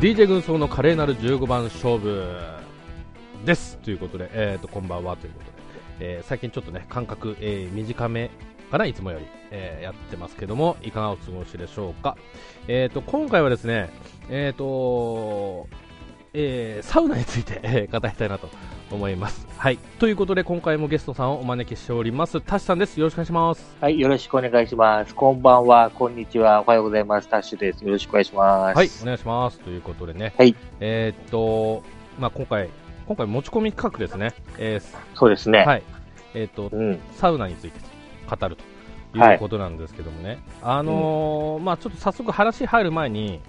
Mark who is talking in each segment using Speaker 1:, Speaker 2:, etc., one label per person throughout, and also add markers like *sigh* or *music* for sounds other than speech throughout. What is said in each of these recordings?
Speaker 1: DJ 軍曹の華麗なる15番勝負ですということで、えー、とこんばんはということで、えー最近ちょっとね間隔、えー短めかないつもより、えーやってますけどもいかがお過ごしでしょうか、えー、と今回はですね、えーとえーサウナについて、えー語りたいなと思いますはいということで今回もゲストさんをお招きしておりますタシさんですよろしくお願いします
Speaker 2: はい、よろしくお願いします。こんばんは、こんにちは、おはようございます。タッシュです。よろしくお願いします。
Speaker 1: はいお願いしますということでね、
Speaker 2: はい
Speaker 1: えーっと、まあ、今回今回持ち込み企画ですね、えー
Speaker 2: そうですね。
Speaker 1: はいえーっと
Speaker 2: うん。
Speaker 1: サウナについて語るということなんですけどもね、あのーまあ、ちょっと早速話入る前に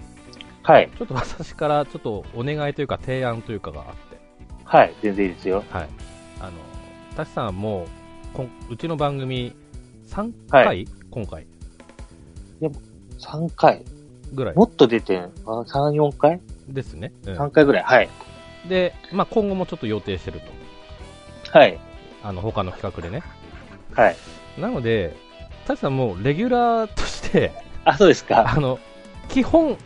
Speaker 2: はい。
Speaker 1: ちょっと私からちょっとお願いというか提案というかがあって
Speaker 2: はい。全然いいですよ。
Speaker 1: はいあのタシさんはもうこんうちの番組3回、
Speaker 2: は
Speaker 1: 今回
Speaker 2: 3回。
Speaker 1: ぐらい
Speaker 2: もっと出てん。あ3、4回
Speaker 1: ですね、うん
Speaker 2: ?3 回ぐらい。はい。
Speaker 1: で、まあ、今後もちょっと予定してると
Speaker 2: はい。
Speaker 1: あの他の企画でね
Speaker 2: はい。
Speaker 1: なので、タチさんもうレギュラーとして、
Speaker 2: あ、そうですか。
Speaker 1: あの、基本、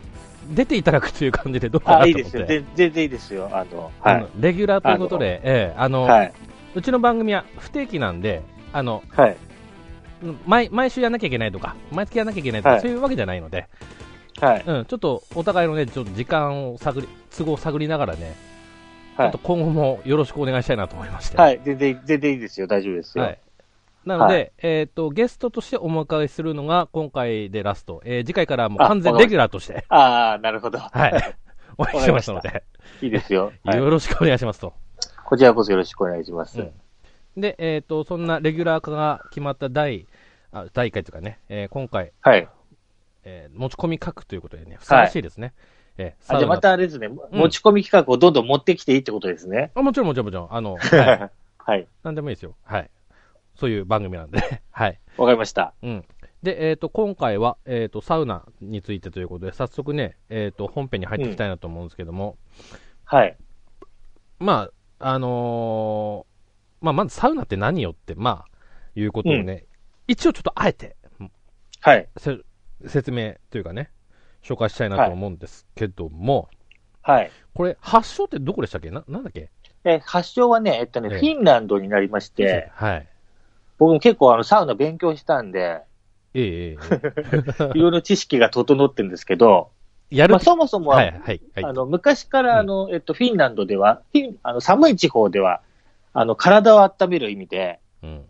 Speaker 1: 出ていただくという感じでどうかな
Speaker 2: あ、いい
Speaker 1: と
Speaker 2: で
Speaker 1: 思っ
Speaker 2: すよ。
Speaker 1: て。
Speaker 2: 全全然いいですよ。あの、は
Speaker 1: あ
Speaker 2: い
Speaker 1: の。レギュラーということで、ええあの、
Speaker 2: はい。
Speaker 1: うちの番組は不定期なんで、あの、
Speaker 2: はい。
Speaker 1: 毎、毎週やんなきゃいけないとか、毎月やんなきゃいけないとか、
Speaker 2: はい
Speaker 1: そういうわけじゃないので、
Speaker 2: はい。
Speaker 1: うん、ちょっとお互いのね、ちょっと時間を探り、都合を探りながらね、ちょ
Speaker 2: は
Speaker 1: っ
Speaker 2: い
Speaker 1: と。今後もよろしくお願いしたいなと思いまして。
Speaker 2: はい。全然、全然いいですよ。大丈夫ですよ。
Speaker 1: はい。なので、
Speaker 2: は
Speaker 1: えっ、と、ゲストとしてお迎えするのが今回でラスト。えー次回からはもう
Speaker 2: あ
Speaker 1: 完全レギュラーとして、
Speaker 2: ああ、なるほど。 *laughs*
Speaker 1: はい。お会いしましたので、
Speaker 2: い。いいですよ。はい
Speaker 1: よろしくお *laughs* 願いしますと。
Speaker 2: こちらこそよろしくお願いします。
Speaker 1: うんで、えっ、と、そんなレギュラー化が決まった第、あ第1回というかね、えー今回、
Speaker 2: はい。
Speaker 1: えー持ち込み各ということでね、ふさわしいですね。えーサ
Speaker 2: あ、
Speaker 1: ウ
Speaker 2: じゃあ
Speaker 1: ナ
Speaker 2: またあれですね。持ち込み企画をどんどん持ってきていいってことですね。
Speaker 1: あもちろん、もちろん、もちろん。
Speaker 2: *laughs*
Speaker 1: あの、はい、
Speaker 2: はい。
Speaker 1: なんでもいいですよ。はい。そういう番組なんで、 *laughs* はい。
Speaker 2: わかりました。
Speaker 1: うん。で、えっ、と、今回は、えっ、と、サウナについてということで、早速ね、えっ、と、本編に入っていきたいなと思うんですけども、
Speaker 2: はい。
Speaker 1: まあ、あのーまあ、まずサウナって何よって、まあ、いうことをね、一応ちょっとあえて、
Speaker 2: はい。
Speaker 1: せ説明というかね、紹介したいなと思うんですけども、
Speaker 2: はい。
Speaker 1: これ、発祥ってどこでしたっけな、なんだっけ
Speaker 2: え、発祥はね、えっとね、
Speaker 1: ええ
Speaker 2: フィンランドになりまして、
Speaker 1: はい。
Speaker 2: 僕も結構あの、サウナ勉強した
Speaker 1: *laughs*
Speaker 2: んで、
Speaker 1: ええええ
Speaker 2: いろいろ知識が整ってるんですけど、
Speaker 1: ええ *laughs* やる
Speaker 2: まあ、そもそもは、
Speaker 1: はい、はい、はい。
Speaker 2: あの、昔からあの、えっと、フィンランドでは、フィン、あの、寒い地方では、あの、体を温める意味で、
Speaker 1: うん。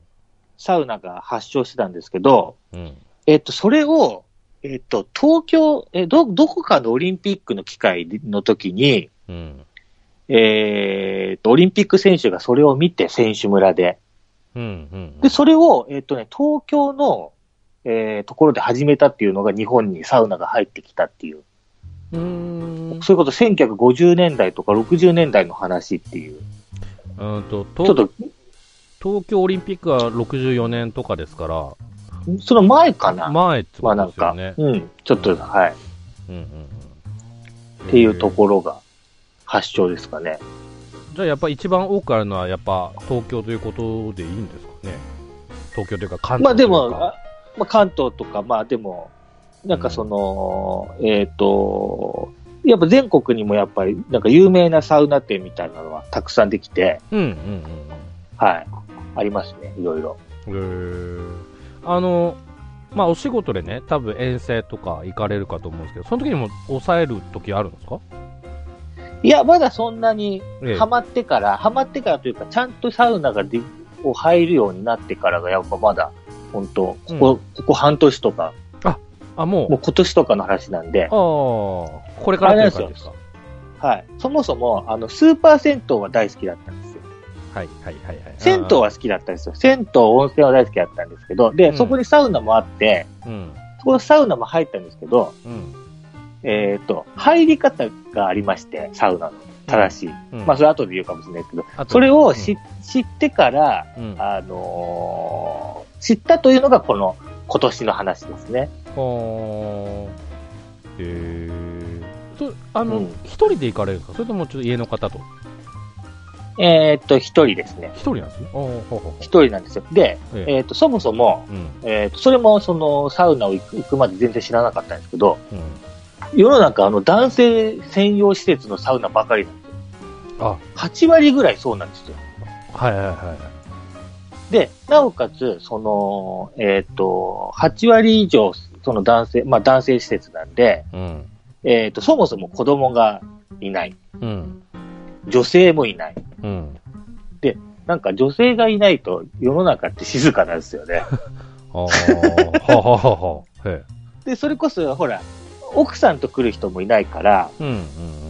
Speaker 2: サウナが発祥してたんですけど、
Speaker 1: うん。
Speaker 2: えっと、それを、えっと、東京、え、ど、どこかのオリンピックの機会の時に、
Speaker 1: うん。
Speaker 2: えっと、オリンピック選手がそれを見て、選手村で。
Speaker 1: うん。うん。
Speaker 2: で、それを、えっ、とね、東京の、えーところで始めたっていうのが日本にサウナが入ってきたっていう。
Speaker 1: うーん。
Speaker 2: そういうこと1950年代とか60年代の話っていう。
Speaker 1: うんと、
Speaker 2: ちょっと、
Speaker 1: 東京オリンピックは64年とかですから、
Speaker 2: その前かな。ま
Speaker 1: 前ってこ
Speaker 2: あな
Speaker 1: と
Speaker 2: ん
Speaker 1: ですよ
Speaker 2: か、
Speaker 1: ね。
Speaker 2: うん、ちょっと、はい。
Speaker 1: うんうんうん
Speaker 2: っていうところが発祥ですかね。
Speaker 1: じゃあやっぱ一番多くあるのはやっぱ東京ということでいいんですかね。東京というか関
Speaker 2: まあ
Speaker 1: 東とい
Speaker 2: で
Speaker 1: うか。
Speaker 2: も、あまあ、関東とか、まあでも、なんかその、えっ、と、やっぱ全国にもやっぱり、なんか有名なサウナ店みたいなのはたくさんできて、
Speaker 1: うんうん
Speaker 2: はい。ありますね、いろいろ。
Speaker 1: うんうん。へえ。あの、まあお仕事でね、多分遠征とか行かれるかと思うんですけど、その時にも抑える時あるんですか
Speaker 2: いや、まだそんなに
Speaker 1: ええ
Speaker 2: ハマってから、ハマってからというか、ちゃんとサウナがでを入るようになってからが、やっぱまだ、本当こ
Speaker 1: う
Speaker 2: こ、
Speaker 1: ん
Speaker 2: ここ半年とか、
Speaker 1: あ、もう、
Speaker 2: もう今年とかの話なんで、
Speaker 1: ああ、これからという感じですか。
Speaker 2: はい。そもそも、あの、スーパー銭湯は大好きだったんですよ。
Speaker 1: はいはいはいはい。
Speaker 2: 銭湯は好きだったんですよ。銭湯、温泉は大好きだったんですけど、で、
Speaker 1: うん
Speaker 2: そこにサウナもあって、
Speaker 1: うん
Speaker 2: そこのサウナも入ったんですけど、
Speaker 1: うん
Speaker 2: えっ、と、入り方がありまして、サウナの。正しい。
Speaker 1: うん。
Speaker 2: まあ、それ後で言うかもしれないですけど、
Speaker 1: あと
Speaker 2: それを知,、知ってから、
Speaker 1: うん
Speaker 2: あのー知ったというのがこの今年の話ですね。
Speaker 1: はーへえとあの、
Speaker 2: うん
Speaker 1: 一人で行かれるんですかそれともちょっと家の方と
Speaker 2: えーっと、一人ですね。
Speaker 1: 一人なんですねああほうほうほう
Speaker 2: 一人なんですよ。で、
Speaker 1: ええ
Speaker 2: えーっと、そもそも、
Speaker 1: うん
Speaker 2: えーっと、それもそのサウナを行く行くまで全然知らなかったんですけど、
Speaker 1: うん
Speaker 2: 世の中、あの、男性専用施設のサウナばかりなんですよ。
Speaker 1: あ、
Speaker 2: 8割ぐらいそうなんですよ。
Speaker 1: はいはいは
Speaker 2: で、なおかつ、その、えっ、と、8割以上、その男性、まあ男性施設なんで、
Speaker 1: い。うん。
Speaker 2: えっ、と、そもそも子供がいない。
Speaker 1: うん。
Speaker 2: 女性もいない。
Speaker 1: うん。
Speaker 2: なんか女性がいないと世の中って静かなんです
Speaker 1: *laughs*
Speaker 2: よね。
Speaker 1: ああ、はははは。へ
Speaker 2: で、それこそ、ほら、奥さんと来る人もいないから、
Speaker 1: え。うんうん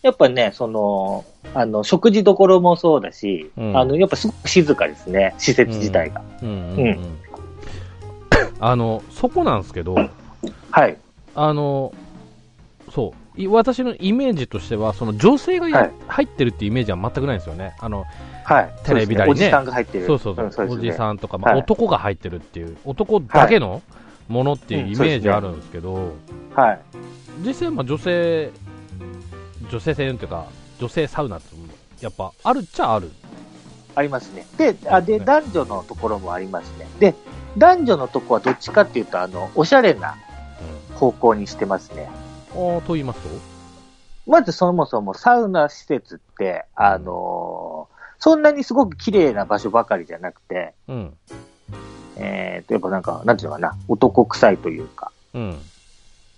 Speaker 2: やっぱね、その、あの、食事どころもそうだし、
Speaker 1: うん
Speaker 2: あの、やっぱすごく静かですね、施設自体が。
Speaker 1: うん。うんうんうん。あの、そこなんですけど、
Speaker 2: はい。
Speaker 1: あの、そう。い私のイメージとしては、その女性がや、
Speaker 2: はい
Speaker 1: 入ってるっていうイメージは全くないんですよね。あの、
Speaker 2: はい。
Speaker 1: テレビだりね
Speaker 2: そうですおじさんが入ってる。
Speaker 1: そうそうそう、
Speaker 2: んです
Speaker 1: お
Speaker 2: ね
Speaker 1: じさんとか、まあ
Speaker 2: はい
Speaker 1: 男が入ってるっていう、男だけのものっていうイメージあるんですけど、
Speaker 2: はい。
Speaker 1: 実際、まあ女性、女性専用っていうか、女性サウナっていうのもやっぱあるっちゃある。
Speaker 2: ありますね。で、あで、
Speaker 1: ね
Speaker 2: 男女のところもありますね。で、男女のとこはどっちかっていうと、あの、おしゃれな方向にしてますね。
Speaker 1: うん、あーと言いますと、
Speaker 2: まずそもそもサウナ施設って、あのーそんなにすごく綺麗な場所ばかりじゃなくて、
Speaker 1: うん、
Speaker 2: えっ、と、やっぱなんか、なんていうのかな、男臭いというか、
Speaker 1: うん、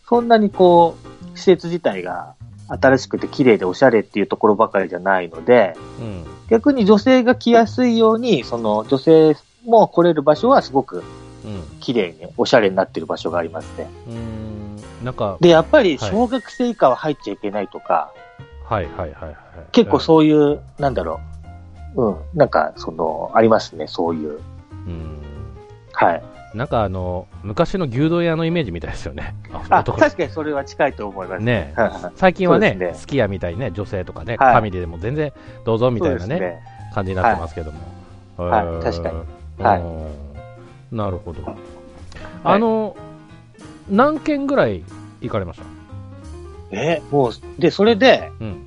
Speaker 2: そんなにこう、施設自体が新しくて綺麗でおしゃれっていうところばかりじゃないので、
Speaker 1: うん、
Speaker 2: 逆に女性が来やすいように、その女性も来れる場所はすごく
Speaker 1: うん、
Speaker 2: 綺麗に、おしゃれになってる場所がありますね。
Speaker 1: うーん、なんか、
Speaker 2: で、やっぱり
Speaker 1: はい
Speaker 2: 小学生以下は入っちゃいけないとか、
Speaker 1: はいはいはいはい。
Speaker 2: 結構そういう、なんだろう、うん、なんか、その、ありますね、そういう。
Speaker 1: うん。うん
Speaker 2: はい。
Speaker 1: なんかあの、昔の牛丼屋のイメージみたいですよね。
Speaker 2: あ、
Speaker 1: 男の
Speaker 2: 確かにそれは近いと思います。
Speaker 1: ね
Speaker 2: はいはい
Speaker 1: 最近はね
Speaker 2: そうですね
Speaker 1: すき家みたいにね女性とかね、
Speaker 2: はい
Speaker 1: ファミリーでも全然どうぞみたいな
Speaker 2: そう
Speaker 1: ね
Speaker 2: ですね。
Speaker 1: 感じになってますけども、
Speaker 2: はい
Speaker 1: えー
Speaker 2: 確かに
Speaker 1: うん
Speaker 2: は
Speaker 1: なるほど、あの何件ぐらい行かれました
Speaker 2: え、もう、で、それで、
Speaker 1: うん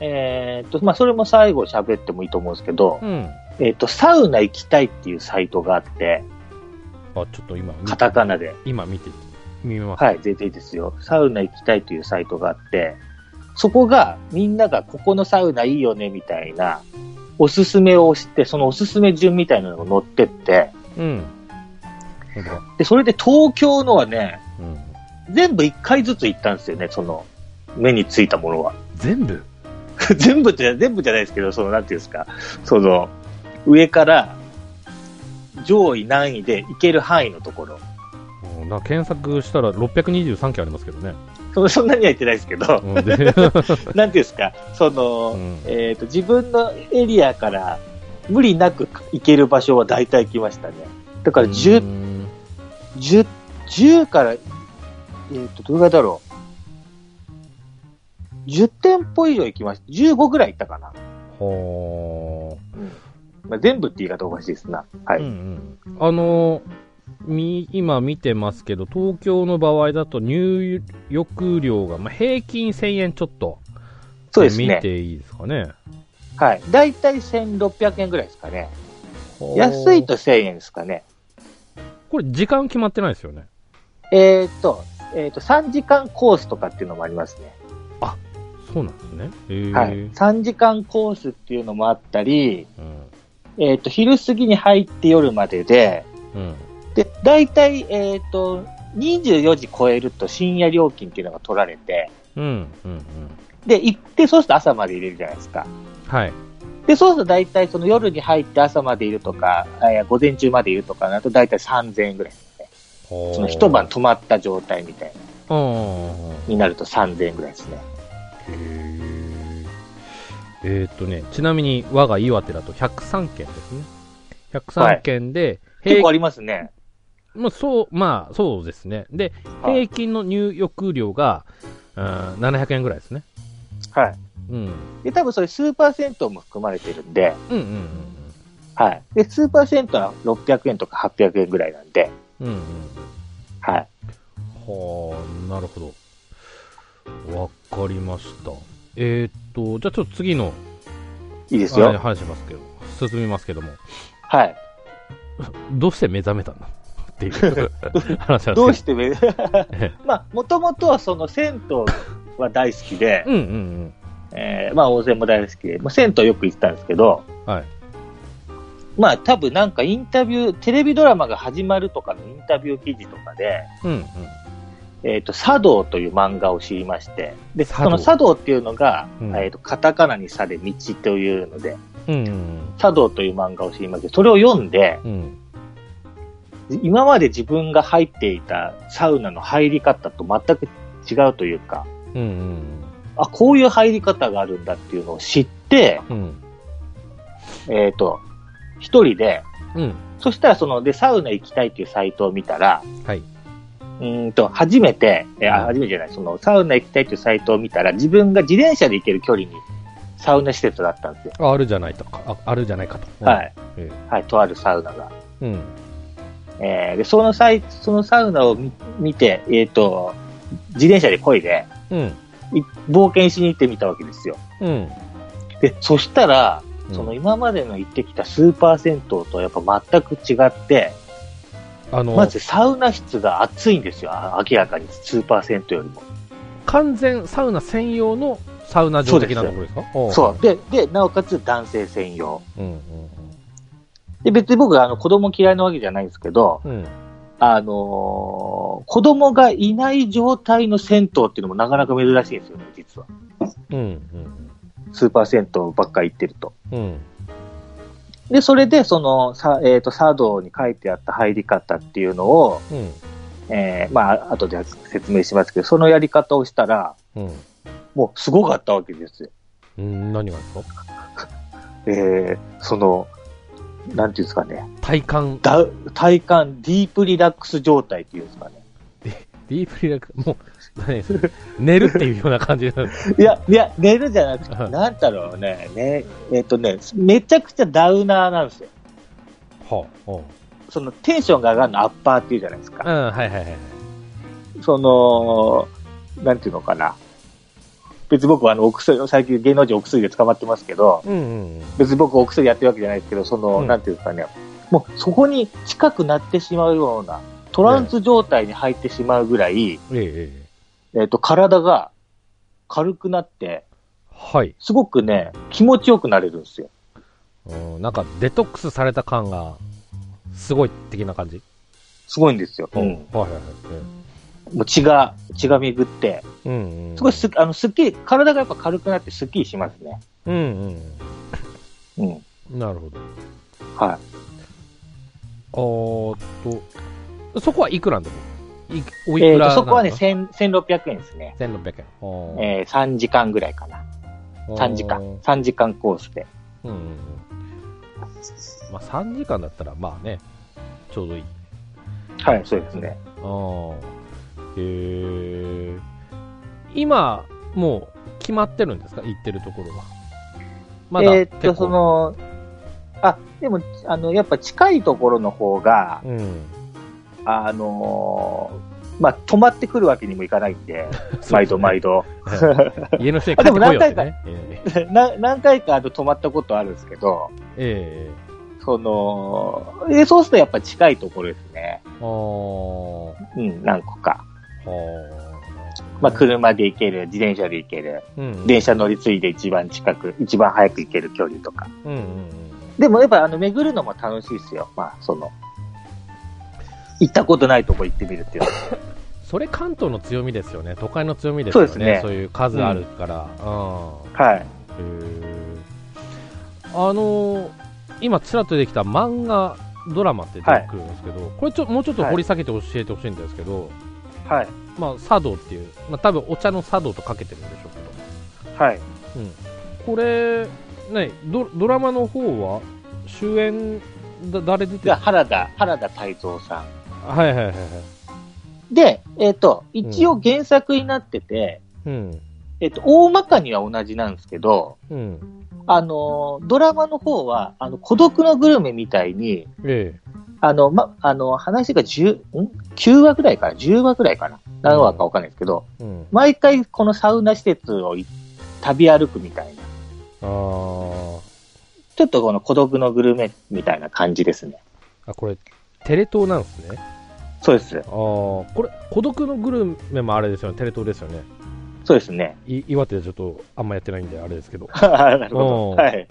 Speaker 2: えーっと、まあ、それも最後喋ってもいいと思うんですけど、
Speaker 1: うん
Speaker 2: えーっと、サウナ行きたいっていうサイトがあって、
Speaker 1: あちょっと今見
Speaker 2: カタカナで、
Speaker 1: 今見て見ます、
Speaker 2: はい、全然いいですよ。サウナ行きたいというサイトがあって、そこが、みんながここのサウナいいよね、みたいな、おすすめを押して、そのおすすめ順みたいなのが載ってって、
Speaker 1: うん
Speaker 2: で、それで東京のはね、
Speaker 1: うん、
Speaker 2: 全部一回ずつ行ったんですよね、その、目についたものは。 *laughs*
Speaker 1: 全部
Speaker 2: 全部って、全部じゃないですけど、その、なんていうんですか、その、上から、上位何位で行ける範囲のところ。
Speaker 1: うんなんか検索したら623件ありますけどね、
Speaker 2: そそんなには行ってないですけど
Speaker 1: う、ん
Speaker 2: *laughs*
Speaker 1: で
Speaker 2: なんていうんですか、その、
Speaker 1: うん
Speaker 2: えっ、と、自分のエリアから無理なく行ける場所は大体来ましたね。だから10
Speaker 1: うん
Speaker 2: 10 10から、えっ、と、どれぐらいだろう。10店舗以上行きました。15ぐらい行ったかな。
Speaker 1: ほー
Speaker 2: まあ、全部って言い方おかしいですな。はい。
Speaker 1: うんうん、あのみ今見てますけど東京の場合だと入浴料が、まあ、平均1000円ちょっと
Speaker 2: そうです
Speaker 1: 見
Speaker 2: ね。
Speaker 1: ていいですかね
Speaker 2: はい。だいたい1600円ぐらいですかね。安いと1000円ですかね。
Speaker 1: これ時間決まってないですよね
Speaker 2: えっ、と、えっ、と、3時間コースとかっていうのもありますね。
Speaker 1: そうなんですねへー
Speaker 2: はい。3時間コースっていうのもあったり、
Speaker 1: うん
Speaker 2: えっ、と、昼過ぎに入って夜までで、
Speaker 1: うん
Speaker 2: で、大体、えっ、と、24時超えると深夜料金っていうのが取られて、
Speaker 1: うんうんうん
Speaker 2: で、行って、そうすると朝まで入れるじゃないですか。
Speaker 1: はい
Speaker 2: で、そうすると大体その夜に入って朝までいるとか、えー午前中までいるとかなと大体3000円ぐらい。そ
Speaker 1: そ
Speaker 2: の一晩泊まった状態みたいな、
Speaker 1: うん
Speaker 2: になると3000円ぐらいですね。
Speaker 1: へーえーっとねちなみに我が岩手だと103件ですね103件で、平
Speaker 2: 結
Speaker 1: 均
Speaker 2: 構ありますね。
Speaker 1: まあ、そう、まあ、そうですね。で、
Speaker 2: はい
Speaker 1: 平均の入浴料が、うん、700円ぐらいですね。
Speaker 2: はい。
Speaker 1: うん。うん
Speaker 2: で、多分それスーパー銭湯も含まれてるんで、
Speaker 1: うん
Speaker 2: はい。で、スーパー銭湯は600円とか800円ぐらいなんで、
Speaker 1: うんうん。うんうん。
Speaker 2: はい。
Speaker 1: はあ、なるほど。わかりました。えーっと、じゃあちょっと次の
Speaker 2: いいです
Speaker 1: あれに
Speaker 2: よ。
Speaker 1: 話しますけど、進みますけども、
Speaker 2: はい。
Speaker 1: どうして目覚めたんだっていう話なんですけ
Speaker 2: どう
Speaker 1: ど
Speaker 2: し
Speaker 1: *laughs*
Speaker 2: てめ
Speaker 1: え
Speaker 2: まあ、もともとはその銭湯は大好きで、
Speaker 1: うんうん
Speaker 2: えーまあ、温泉も大好きで、まあ、銭湯よく行ってたんですけど、
Speaker 1: うん。はい。
Speaker 2: まあ、多分なんかインタビュー、テレビドラマが始まるとかのインタビュー記事とかで、
Speaker 1: うんうん。
Speaker 2: えっ、と、茶道という漫画を知りまして、で、
Speaker 1: 茶道
Speaker 2: その茶道っていうのが、
Speaker 1: うん
Speaker 2: えっ、と、カタカナに茶で道というので、
Speaker 1: うんうん
Speaker 2: 茶道という漫画を知りまして、それを読んで、
Speaker 1: うん。うん。
Speaker 2: 今まで自分が入っていたサウナの入り方と全く違うというか、
Speaker 1: うんうん
Speaker 2: あ、こういう入り方があるんだっていうのを知って、
Speaker 1: うん。うん。
Speaker 2: えっ、と、一人で、
Speaker 1: うん。
Speaker 2: そしたらその、で、サウナ行きたいっていうサイトを見たら、
Speaker 1: はい。
Speaker 2: うーんと、初めて、え
Speaker 1: うん
Speaker 2: あ、初めてじゃない、その、サウナ行きたいっていうサイトを見たら、自分が自転車で行ける距離に、サウナ施設だったんですよ。
Speaker 1: ああるじゃないとか。ああるじゃないかと。。
Speaker 2: はいい
Speaker 1: え。
Speaker 2: はい、とあるサウナが。
Speaker 1: うん。
Speaker 2: えーで、そのサイ、そのサウナを見見て、えっ、と、自転車で漕いで、
Speaker 1: うん。
Speaker 2: い冒険しに行ってみたわけですよ。
Speaker 1: うん。
Speaker 2: で、そしたら、その
Speaker 1: うん、
Speaker 2: 今までの行ってきたスーパー銭湯とはやっぱ全く違って、
Speaker 1: あの、
Speaker 2: まずサウナ室が暑いんですよ、あ明らかに、スーパー銭湯よりも。
Speaker 1: 完全サウナ専用のサウナ場的なところですか
Speaker 2: そう。で、で、なおかつ男性専用。
Speaker 1: う。うん
Speaker 2: で、別に僕、あの、子供嫌いなわけじゃないんですけど、
Speaker 1: うんうん。うん。
Speaker 2: あのー子供がいない状態の銭湯っていうのもなかなか珍しいんですよね、実は。
Speaker 1: うん。
Speaker 2: スーパー銭湯ばっかり行ってると。
Speaker 1: うん。うん。
Speaker 2: で、それで、その、さえっ、と、茶道に書いてあった入り方っていうのを、
Speaker 1: うん。
Speaker 2: えーまあ、後で説明しますけど、そのやり方をしたら、
Speaker 1: うん。
Speaker 2: もうすごかったわけですよ。
Speaker 1: うん。何がですか
Speaker 2: えーその、なんていうんですかね、
Speaker 1: 体感、
Speaker 2: だ体感ディープリラックス状態っていうんですかね。
Speaker 1: ディープリラックス、もう、何それ寝るっていうような感じなんです
Speaker 2: いや、いや、寝るじゃなくて、
Speaker 1: はい
Speaker 2: なんだろうね、ね、えっ、とね、めちゃくちゃダウナーなんですよ。
Speaker 1: はあ、は
Speaker 2: そのテンションが上がるのアッパーっていうじゃないですか。
Speaker 1: あうん、はいはいはい。
Speaker 2: その、なんていうのかな。別に僕はあの、お薬、最近芸能人お薬で捕まってますけど、
Speaker 1: うんうんうん。
Speaker 2: 別に僕お薬やってるわけじゃないですけど、その、
Speaker 1: うん
Speaker 2: なんていうんですかね、もうそこに近くなってしまうような、トランス状態に入ってしまうぐら
Speaker 1: え
Speaker 2: い、
Speaker 1: えええ。
Speaker 2: えっ、と、体が軽くなって、
Speaker 1: はい。
Speaker 2: すごくね、気持ちよくなれるんですよ。
Speaker 1: うん、なんか、デトックスされた感が、すごい的な感じ。
Speaker 2: すごいんですよ。
Speaker 1: はいはいはい。
Speaker 2: もう血が、血が巡って、
Speaker 1: うんうん。
Speaker 2: すごいすっ、あの、すっきり、体がやっぱ軽くなってすっきりしますね。
Speaker 1: うん
Speaker 2: うん。
Speaker 1: うん。なるほど。
Speaker 2: はい。
Speaker 1: おーっと、そこはいくらなんでもいおい
Speaker 2: え
Speaker 1: く
Speaker 2: ー
Speaker 1: ら
Speaker 2: と、
Speaker 1: なん
Speaker 2: そこはね、
Speaker 1: ですか
Speaker 2: 千1600円ですね。
Speaker 1: 1600円。おー
Speaker 2: えー、3時間ぐらいかな。3時間。。3時間コースで。
Speaker 1: うんうんうん。まあ、3時間だったら、まあね、ちょうどいい。
Speaker 2: はい、そうですね。
Speaker 1: あーへえ。今、もう、決まってるんですか行ってるところは。まだ
Speaker 2: え
Speaker 1: 結構、
Speaker 2: ーっと、その、あ、でも、あの、やっぱ近いところの方が、
Speaker 1: うん。
Speaker 2: あのーまあ、止まってくるわけにもいかない
Speaker 1: *laughs*
Speaker 2: んで、毎度毎
Speaker 1: 度。
Speaker 2: 度。
Speaker 1: 家の人に帰ってこいよってね。ええ
Speaker 2: な何回かあの止まったことあるんですけど、
Speaker 1: ええ。
Speaker 2: その、えそうするとやっぱ近いところですね。
Speaker 1: あー
Speaker 2: うん、何個か。
Speaker 1: は
Speaker 2: まあ、車で行ける、自転車で行ける、
Speaker 1: うん。
Speaker 2: 電車乗り継いで一番近く、一番早く行ける距離とか。
Speaker 1: うんうん
Speaker 2: でもやっぱあの巡るのも楽しいですよ。まあ、その、行ったことないとこ行ってみるっていうのは。
Speaker 1: それ関東の強みですよね、都会の強みですよね、そ
Speaker 2: そううですね
Speaker 1: いう数あるから。うん
Speaker 2: はい。
Speaker 1: へーあのー今、ちらっと出てきた漫画、ドラマって出てくるんですけど、これちょ、もうちょっと掘り下げて教えてほしいんですけど、
Speaker 2: はい。
Speaker 1: まあ、茶道っていう、まあ多分お茶の茶道とかけてるんでしょうけど、
Speaker 2: はい。
Speaker 1: これ、ね、ドドラマの方は、主演だ、誰出て
Speaker 2: で
Speaker 1: る
Speaker 2: 原田、原田泰造さ
Speaker 1: はいはいはいはい。
Speaker 2: ん。で、えっ、と、一応原作になってて、
Speaker 1: うん、
Speaker 2: えっ、と、大まかには同じなんですけど、
Speaker 1: うん、
Speaker 2: あの、ドラマの方は、あの、孤独のグルメみたいに、
Speaker 1: え
Speaker 2: あの、ま、あの、話が10、ん ?9 話ぐらいかな ?10 話ぐらいかな何話かわかんないですけど、
Speaker 1: え、うん、
Speaker 2: 毎回このサウナ施設をい旅歩くみたい
Speaker 1: あ
Speaker 2: な。
Speaker 1: ー
Speaker 2: ちょっとこの孤独のグルメみたいな感じですね。
Speaker 1: あ、これ、テレ東なんですね。
Speaker 2: そうです
Speaker 1: あ。あ、これ、孤独のグルメもあれですよね、テレ東ですよね。
Speaker 2: そうですね。 *laughs*
Speaker 1: い岩手でちょっとあんまやってないんで、あれですけど。
Speaker 2: なるほど。
Speaker 1: うん
Speaker 2: はい。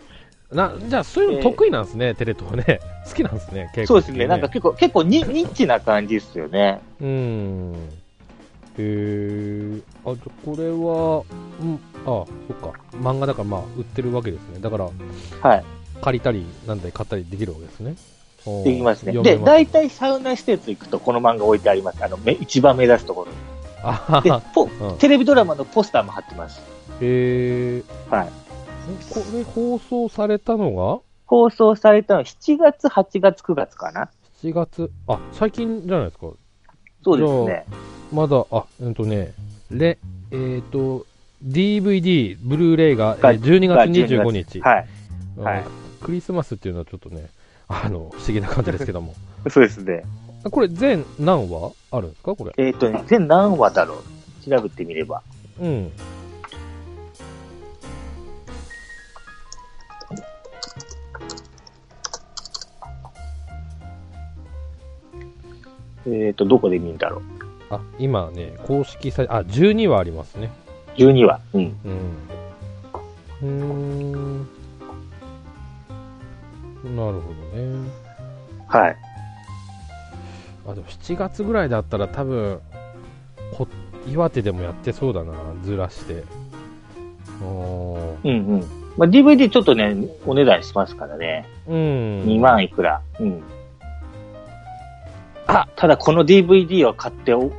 Speaker 1: なじゃあ、そういうの得意なんですね、テレ東ね。 *laughs* 好きなんですね、結
Speaker 2: そ
Speaker 1: 構、
Speaker 2: うですね。なんか、結構、結構ニニッチな感じですよね。
Speaker 1: うん。へえ。あ、じゃあこれは、うん、あ、そっか。漫画だから、まあ、売ってるわけですね。だから、
Speaker 2: はい。
Speaker 1: 借りたり、なんだり買ったりできるわけですね。おー
Speaker 2: できますね。
Speaker 1: 読
Speaker 2: で、
Speaker 1: めます
Speaker 2: 大体サウナ施設行くとこの漫画置いてあります。あの、め一番目立つとこ
Speaker 1: *laughs*
Speaker 2: ろに。
Speaker 1: あは
Speaker 2: で
Speaker 1: は、
Speaker 2: ポ
Speaker 1: うん
Speaker 2: テレビドラマのポスターも貼ってます。
Speaker 1: へえ。
Speaker 2: はい。
Speaker 1: これ放送されたのが
Speaker 2: 放送されたのは7月、8月、9月かな
Speaker 1: 7月、あ、最近じゃないですか。
Speaker 2: そうですね。
Speaker 1: まだ、あ、うんとね、レ、えっ、と、DVD、ブルーレイが、え
Speaker 2: が
Speaker 1: ー12
Speaker 2: が
Speaker 1: 月25日、
Speaker 2: はい。
Speaker 1: うん
Speaker 2: はい
Speaker 1: クリスマスっていうのはちょっとね、 *laughs* あの、不思議な感じですけども。 *laughs*
Speaker 2: そうですね。
Speaker 1: これ全何話あるんですかこれ。
Speaker 2: えっ、とね、全何話だろう調べてみれば。
Speaker 1: うん。
Speaker 2: えっ、と、どこで見るんだろう
Speaker 1: あ、今ね、公式サイト、あ、12話ありますね。
Speaker 2: ?12 話。うん。
Speaker 1: うん。うーん。なるほどね。
Speaker 2: はい。
Speaker 1: あでも7月ぐらいだったら多分こ岩手でもやってそうだなずらしておー
Speaker 2: うんうん。まあ、DVD ちょっとね、お値段しますからね。
Speaker 1: うん
Speaker 2: 2万いくら。うん。
Speaker 1: あ
Speaker 2: ただこの DVD を買ってお、ん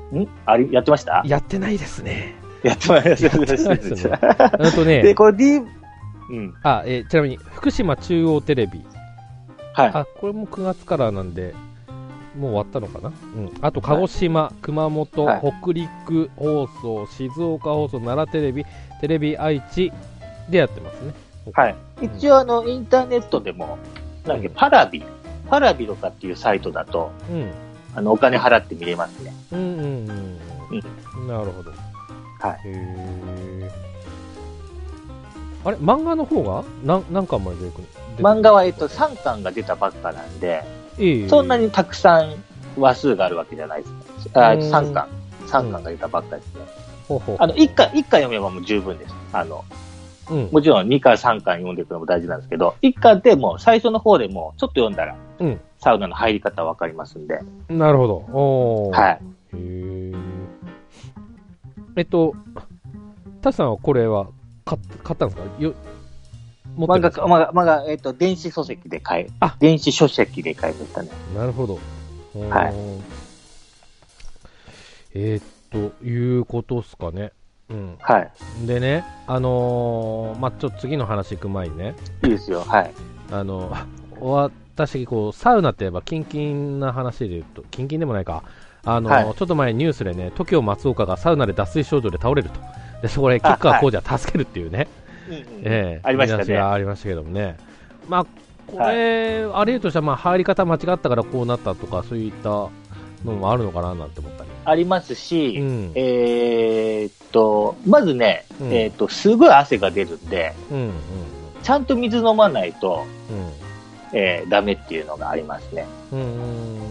Speaker 2: あれ、やってました
Speaker 1: やってないですね
Speaker 2: やってました。やって
Speaker 1: ないですねあと
Speaker 2: *laughs* で、
Speaker 1: ね
Speaker 2: これ D、うん。
Speaker 1: あ、えーちなみに福島中央テレビ
Speaker 2: はい。
Speaker 1: あこれも9月からなんでもう終わったのかな、うん、あと鹿児島、熊本、
Speaker 2: はい
Speaker 1: 北陸放送静岡放送奈良テレビテレビ愛知でやってますね
Speaker 2: はい。一応、あの、インターネットでも、なんだっけ、パラビ、パラビとかっていうサイトだと、
Speaker 1: うん
Speaker 2: あの、お金払って見れますね。
Speaker 1: うんうんうん、なるほど。
Speaker 2: はい
Speaker 1: へーあれ、漫画の方が何何巻まで出てくる
Speaker 2: 漫画は、えっと、3巻が出たばっかなんで、
Speaker 1: ええ
Speaker 2: そんなにたくさん話数があるわけじゃないですね。あ
Speaker 1: うん
Speaker 2: 3巻。3巻が出たばっかですね。
Speaker 1: ほうほう
Speaker 2: あの、1巻、一巻読めばもう十分です。あの、
Speaker 1: うん
Speaker 2: もちろん2巻、3巻読んでいくのも大事なんですけど、1巻でもう最初の方でもうちょっと読んだら、
Speaker 1: うん
Speaker 2: サウナの入り方わかりますんで、
Speaker 1: なるほど。おー
Speaker 2: はい。
Speaker 1: へーえっと、タシさんはこれは買っ買ったんですかよ持って
Speaker 2: 漫
Speaker 1: るんで
Speaker 2: 画
Speaker 1: すか
Speaker 2: か、漫画、漫画、えっ、と、電子書籍で買い
Speaker 1: あ、
Speaker 2: 電子書籍で買いましたね。
Speaker 1: なるほど。おー
Speaker 2: はい
Speaker 1: えーっと、いうことっすかね。うん。
Speaker 2: はい。
Speaker 1: でね、あのーまあ、ちょっと次の話行く前にね、
Speaker 2: いいですよ。はい。
Speaker 1: あの *laughs* 私こう、サウナって言えば、キンキンな話で言うと、キンキンでもないか、あのー
Speaker 2: は
Speaker 1: ちょっと前、ニュースでね、TOKIO 松岡がサウナで脱水症状で倒れると、でそこで吉川
Speaker 2: あ
Speaker 1: 晃司は助けるっていうね、
Speaker 2: うんうん
Speaker 1: ええ
Speaker 2: ありましたね
Speaker 1: 話がありましたけどもね、まあ、これ、あり得るとしたら、まあ、入り方間違ったからこうなったとか、そういったのもあるのかななんて思ったり。
Speaker 2: ありますし、
Speaker 1: うん
Speaker 2: えーっと、まずね、
Speaker 1: うん
Speaker 2: えーっと、すごい汗が出るんで、
Speaker 1: うんうん
Speaker 2: ちゃんと水飲まないと、
Speaker 1: うん
Speaker 2: えーダメっていうのがありますね。
Speaker 1: うんう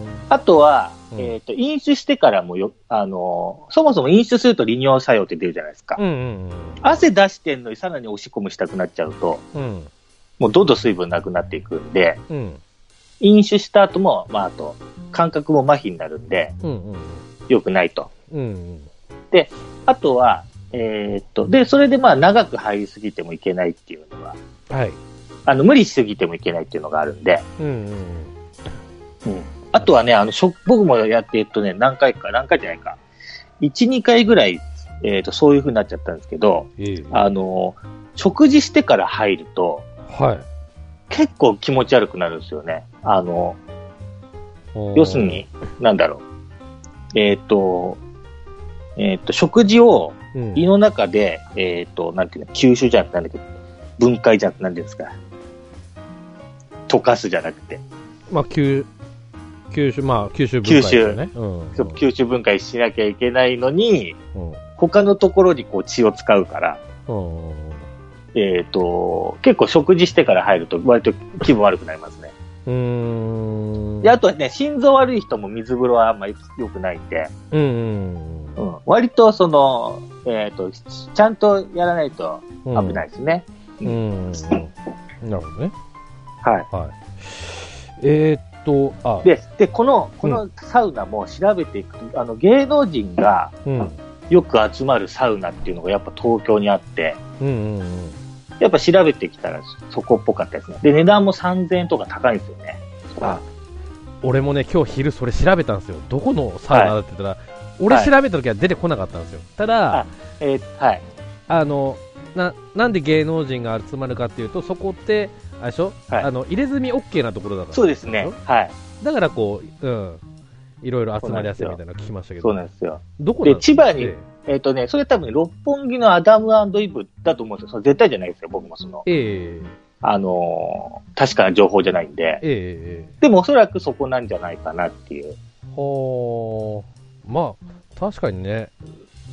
Speaker 1: ん
Speaker 2: あとは、
Speaker 1: うん
Speaker 2: えーっと、飲酒してからもよ、あのー、そもそも飲酒すると利尿作用って出るじゃないですか。
Speaker 1: うんうんうん
Speaker 2: 汗出してんのにさらに押し込むしたくなっちゃうと、
Speaker 1: うん
Speaker 2: もうどんどん水分なくなっていくんで、
Speaker 1: うん
Speaker 2: 飲酒した後も、まあ、あと、感覚も麻痺になるんで、
Speaker 1: うんうん
Speaker 2: 良くないと。
Speaker 1: うん
Speaker 2: あとは、えーっと、で、それでまあ、長く入りすぎてもいけないっていうのは、
Speaker 1: はい
Speaker 2: あの、無理しすぎてもいけないっていうのがあるんで、
Speaker 1: うんうん
Speaker 2: あとはね、あの、食僕もやって、えっとね、何回か、何回じゃないか、1、2回ぐらい、えーっと、そういう風になっちゃったんですけど、
Speaker 1: ええ
Speaker 2: あの、食事してから入ると、
Speaker 1: はい
Speaker 2: 結構気持ち悪くなるんですよね。あの、
Speaker 1: おー
Speaker 2: 要するに、なんだろう。えーっ、と、えーっ、と、食事を
Speaker 1: うん
Speaker 2: 胃の中で、えーっ、と、なんていうの、吸収じゃなくて、なんだっけ、分解じゃなくて、なんていうんですか。溶かすじゃなくて、
Speaker 1: まあ吸吸収まあ吸収分解ですよねうんうん
Speaker 2: 吸収分解しなきゃいけないのに、
Speaker 1: うん
Speaker 2: 他のところにこう血を使うから、
Speaker 1: うんうん
Speaker 2: えーっ、と、結構食事してから入ると割と気分悪くなりますね。
Speaker 1: うんうーんうん
Speaker 2: で、あとね、心臓悪い人も水風呂はあんまり良くないんで、
Speaker 1: うんうん
Speaker 2: うん、割とその、えっ、と、ちゃんとやらないと
Speaker 1: うん
Speaker 2: 危ないですね。
Speaker 1: うんうんうんなるほどね
Speaker 2: はい。
Speaker 1: はいえー、っとあ
Speaker 2: で、で、この、このサウナも調べていくと、あの、芸能人が
Speaker 1: うんうん
Speaker 2: よく集まるサウナっていうのがやっぱ東京にあって、
Speaker 1: うんうん
Speaker 2: やっぱ調べてきたらそこっぽかったですね。で、値段も3000円とか高いんですよね。
Speaker 1: あ俺もね今日昼それ調べたんですよどこのサウナだって言ったら、俺調べた時は出てこなかったんですよただ、
Speaker 2: あえーはい。
Speaker 1: あのななんで芸能人が集まるかっていうとそこってあれでしょ、
Speaker 2: はい
Speaker 1: あの入れ墨 OK なところだから
Speaker 2: そうですね。はい。
Speaker 1: だからこう、うん、いろいろ集まりやすいみたいなの聞きましたけ
Speaker 2: そ
Speaker 1: ど
Speaker 2: うなんですよ。
Speaker 1: どこなんですか
Speaker 2: で千葉にえっ、とね、それ多分六本木のアダムイブだと思うんですよ。それ絶対じゃないですよ。僕もその、
Speaker 1: ええ
Speaker 2: あのー確かな情報じゃないんで。
Speaker 1: ええ
Speaker 2: でもおそらくそこなんじゃないかなっていう。
Speaker 1: はあまあ確かにね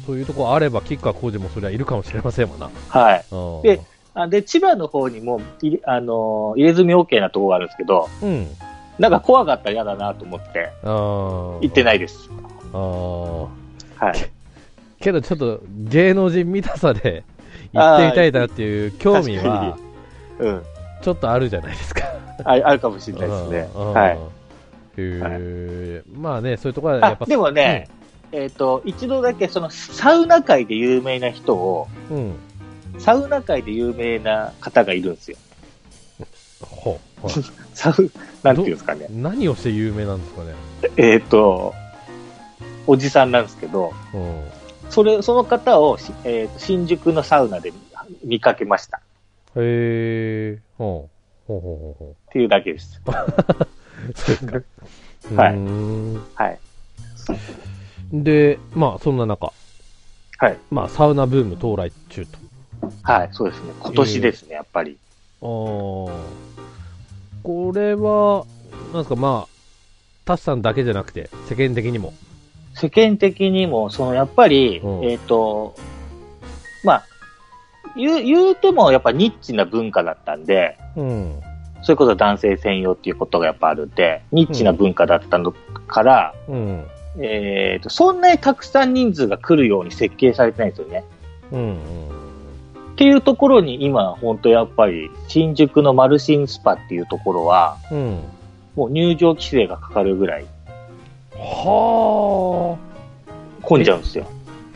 Speaker 1: そういうとこあれば吉川晃司もそれはいるかもしれませんもんな
Speaker 2: はい。
Speaker 1: うん
Speaker 2: であで、千葉の方にも、いれあのー入れ墨 OK なところがあるんですけど、
Speaker 1: うん
Speaker 2: なんか怖かったら嫌だなと思って、
Speaker 1: 行
Speaker 2: 行って
Speaker 1: い
Speaker 2: ないです。
Speaker 1: あー
Speaker 2: はい。
Speaker 1: けどちょっと芸能人見たさで行ってみたいなっていう興味は
Speaker 2: うん。
Speaker 1: ちょっとあるじゃないですか。
Speaker 2: ああるかもしれないですね。
Speaker 1: うん
Speaker 2: はい。。
Speaker 1: うんへーまあね、そういうところはやっ
Speaker 2: あ
Speaker 1: ぱ、
Speaker 2: でもね、えっ、と、一度だけそのサウナ界で有名な人を、
Speaker 1: うん、
Speaker 2: サウナ界で有名な方がいるんですよ。
Speaker 1: ほうほう
Speaker 2: サウ、なんていうんですかね。
Speaker 1: 何をして有名なんですかね。
Speaker 2: えっ、と、おじさんなんですけど、
Speaker 1: うん
Speaker 2: それ、その方をし、えーと新宿のサウナで見かけました。
Speaker 1: へえ、ほうほうほうほうほ
Speaker 2: っていうだけです。
Speaker 1: う。そうですか。
Speaker 2: *laughs* はいう
Speaker 1: ーん
Speaker 2: はい。
Speaker 1: で、まあそんな中、
Speaker 2: はい。
Speaker 1: まあサウナブーム到来中と。
Speaker 2: はい、そうですね。今年ですね、やっぱり。
Speaker 1: あーこれは、なんですか、まあ、タシさんだけじゃなくて、世間的にも。
Speaker 2: 世間的にも、その、やっぱり、
Speaker 1: うん
Speaker 2: えっ、と、まあ、言う、言うても、やっぱニッチな文化だったんで、
Speaker 1: うん。
Speaker 2: それこそ男性専用っていうことがやっぱあるんで、ニッチな文化だったのから、
Speaker 1: うん。
Speaker 2: えっ、と、そんなにたくさん人数が来るように設計されてないんですよね。
Speaker 1: うん。
Speaker 2: っていうところに今、本当やっぱり、新宿のマルシンスパっていうところは、
Speaker 1: うん。
Speaker 2: もう入場規制がかかるぐらい
Speaker 1: はあ。
Speaker 2: 混んじゃうんですよ。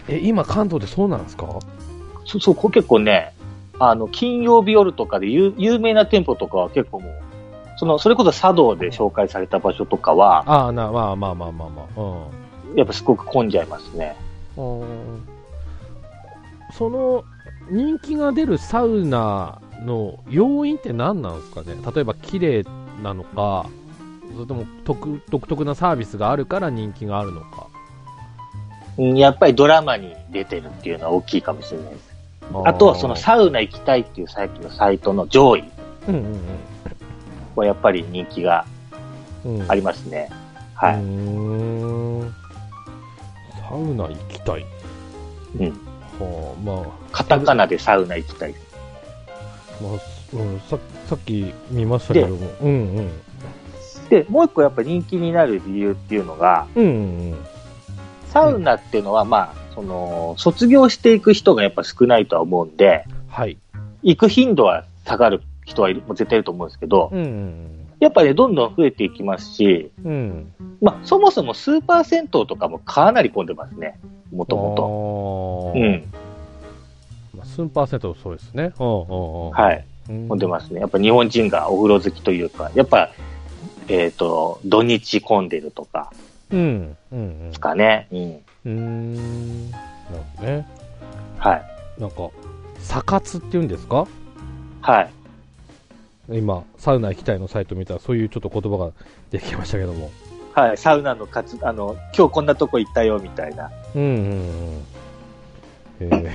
Speaker 1: え、今関東でそうなんですか
Speaker 2: そそう、こ結構ね、あの、金曜日夜とかで有有名な店舗とかは結構もう、その、それこそ茶道で紹介された場所とかは、
Speaker 1: ああ、な、まあまあまあまあまあ。うん。
Speaker 2: やっぱすごく混んじゃいますね。
Speaker 1: その、人気が出るサウナの要因って何なんですかね例えば綺麗なのか、それとも独独特なサービスがあるから人気があるのか。
Speaker 2: うんやっぱりドラマに出てるっていうのは大きいかもしれないです。
Speaker 1: ー
Speaker 2: あとはその、サウナ行きたいっていうさっきのサイトの上位
Speaker 1: うんうん
Speaker 2: はやっぱり人気が
Speaker 1: うん。うん
Speaker 2: ありますね。は
Speaker 1: うー
Speaker 2: い。
Speaker 1: んサウナ行きたい。
Speaker 2: うん
Speaker 1: はあ、まあ、
Speaker 2: カタカナでサウナ行きたい。
Speaker 1: まあすうん、ささっき見ましたけども。うんうん。
Speaker 2: で、もう一個やっぱ人気になる理由っていうのが、
Speaker 1: うんうんうん。
Speaker 2: サウナっていうのはまあ、その、卒業していく人がやっぱ少ないとは思うんで、
Speaker 1: はい。
Speaker 2: 行く頻度は下がる人はいる、もう絶対いると思うんですけど、
Speaker 1: うんうん
Speaker 2: やっぱり、ね、どんどん増えていきますし、
Speaker 1: うん。うん。
Speaker 2: まあ、そもそもスーパー銭湯とかもかなり混んでますね、もと
Speaker 1: と
Speaker 2: もと。う。ん。
Speaker 1: まあ、スーパーセントそうですね。うんうんうん。
Speaker 2: はい。
Speaker 1: うん。
Speaker 2: 混んでますね。やっぱ日本人がお風呂好きというか、やっぱ、えっ、と、土日混んでるとか、
Speaker 1: うん。うんうん
Speaker 2: です。かね。うん。
Speaker 1: うーん。なるほどね。
Speaker 2: はい。
Speaker 1: なんか、サ活っていうんですか
Speaker 2: はい。
Speaker 1: 今、サウナ行きたいのサイト見たら、そういうちょっと言葉ができましたけども。
Speaker 2: はい。サウナの活、あの、今日こんなとこ行ったよ、みたいな。 *laughs*
Speaker 1: うんうんうん。えー、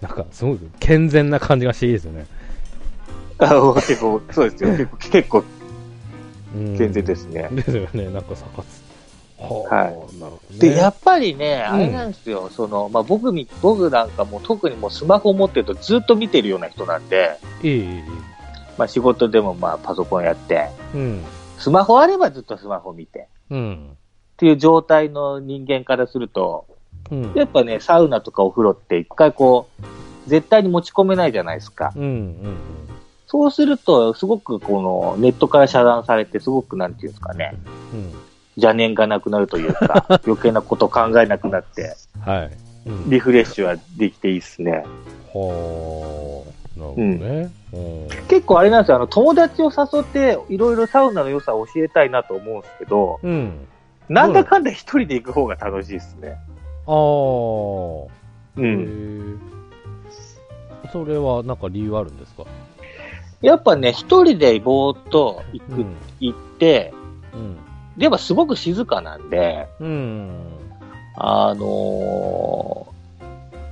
Speaker 1: *laughs* なんか、すごく健全な感じがしていいですよね。
Speaker 2: あの結構、そうですよ。結構、結構
Speaker 1: うん
Speaker 2: 健全で。すね。
Speaker 1: ですよね、なんか、サカツ。は。
Speaker 2: はい
Speaker 1: なるほど、ね。
Speaker 2: で、やっぱりね、
Speaker 1: うん
Speaker 2: あれなんですよ、その、まあ、僕み、僕なんかもう特にもうスマホ持ってるとずっと見てるような人なんで、
Speaker 1: いいいいいい。
Speaker 2: まあ、仕事でもまあ、パソコンやって、
Speaker 1: うん。
Speaker 2: スマホあればずっとスマホ見て。
Speaker 1: うん。
Speaker 2: っていう状態の人間からすると、
Speaker 1: うん。
Speaker 2: やっぱね、サウナとかお風呂って一回こう、絶対に持ち込めないじゃないですか。
Speaker 1: うん。うん。
Speaker 2: そうすると、すごくこのネットから遮断されて、すごくなんていうんですかね、
Speaker 1: うん。
Speaker 2: 邪念がなくなるという *laughs* か、余計なこと考えなくなって、
Speaker 1: はい。うん、
Speaker 2: リフレッシュはできていいですね。
Speaker 1: ほー。なるほどね。うん。
Speaker 2: 結構あれなんですよ、あの友達を誘って、いろいろサウナの良さを教えたいなと思うんですけど、
Speaker 1: うん。
Speaker 2: なんだかんだ一人で行く方が楽しいですね。
Speaker 1: あー。
Speaker 2: う
Speaker 1: へ
Speaker 2: ん。
Speaker 1: ーそれはなんか理由あるんですか
Speaker 2: やっぱね、一人でぼーっと行く、
Speaker 1: うん。
Speaker 2: 行って、
Speaker 1: うん。
Speaker 2: やっぱすごく静かなんで、
Speaker 1: うん。
Speaker 2: あの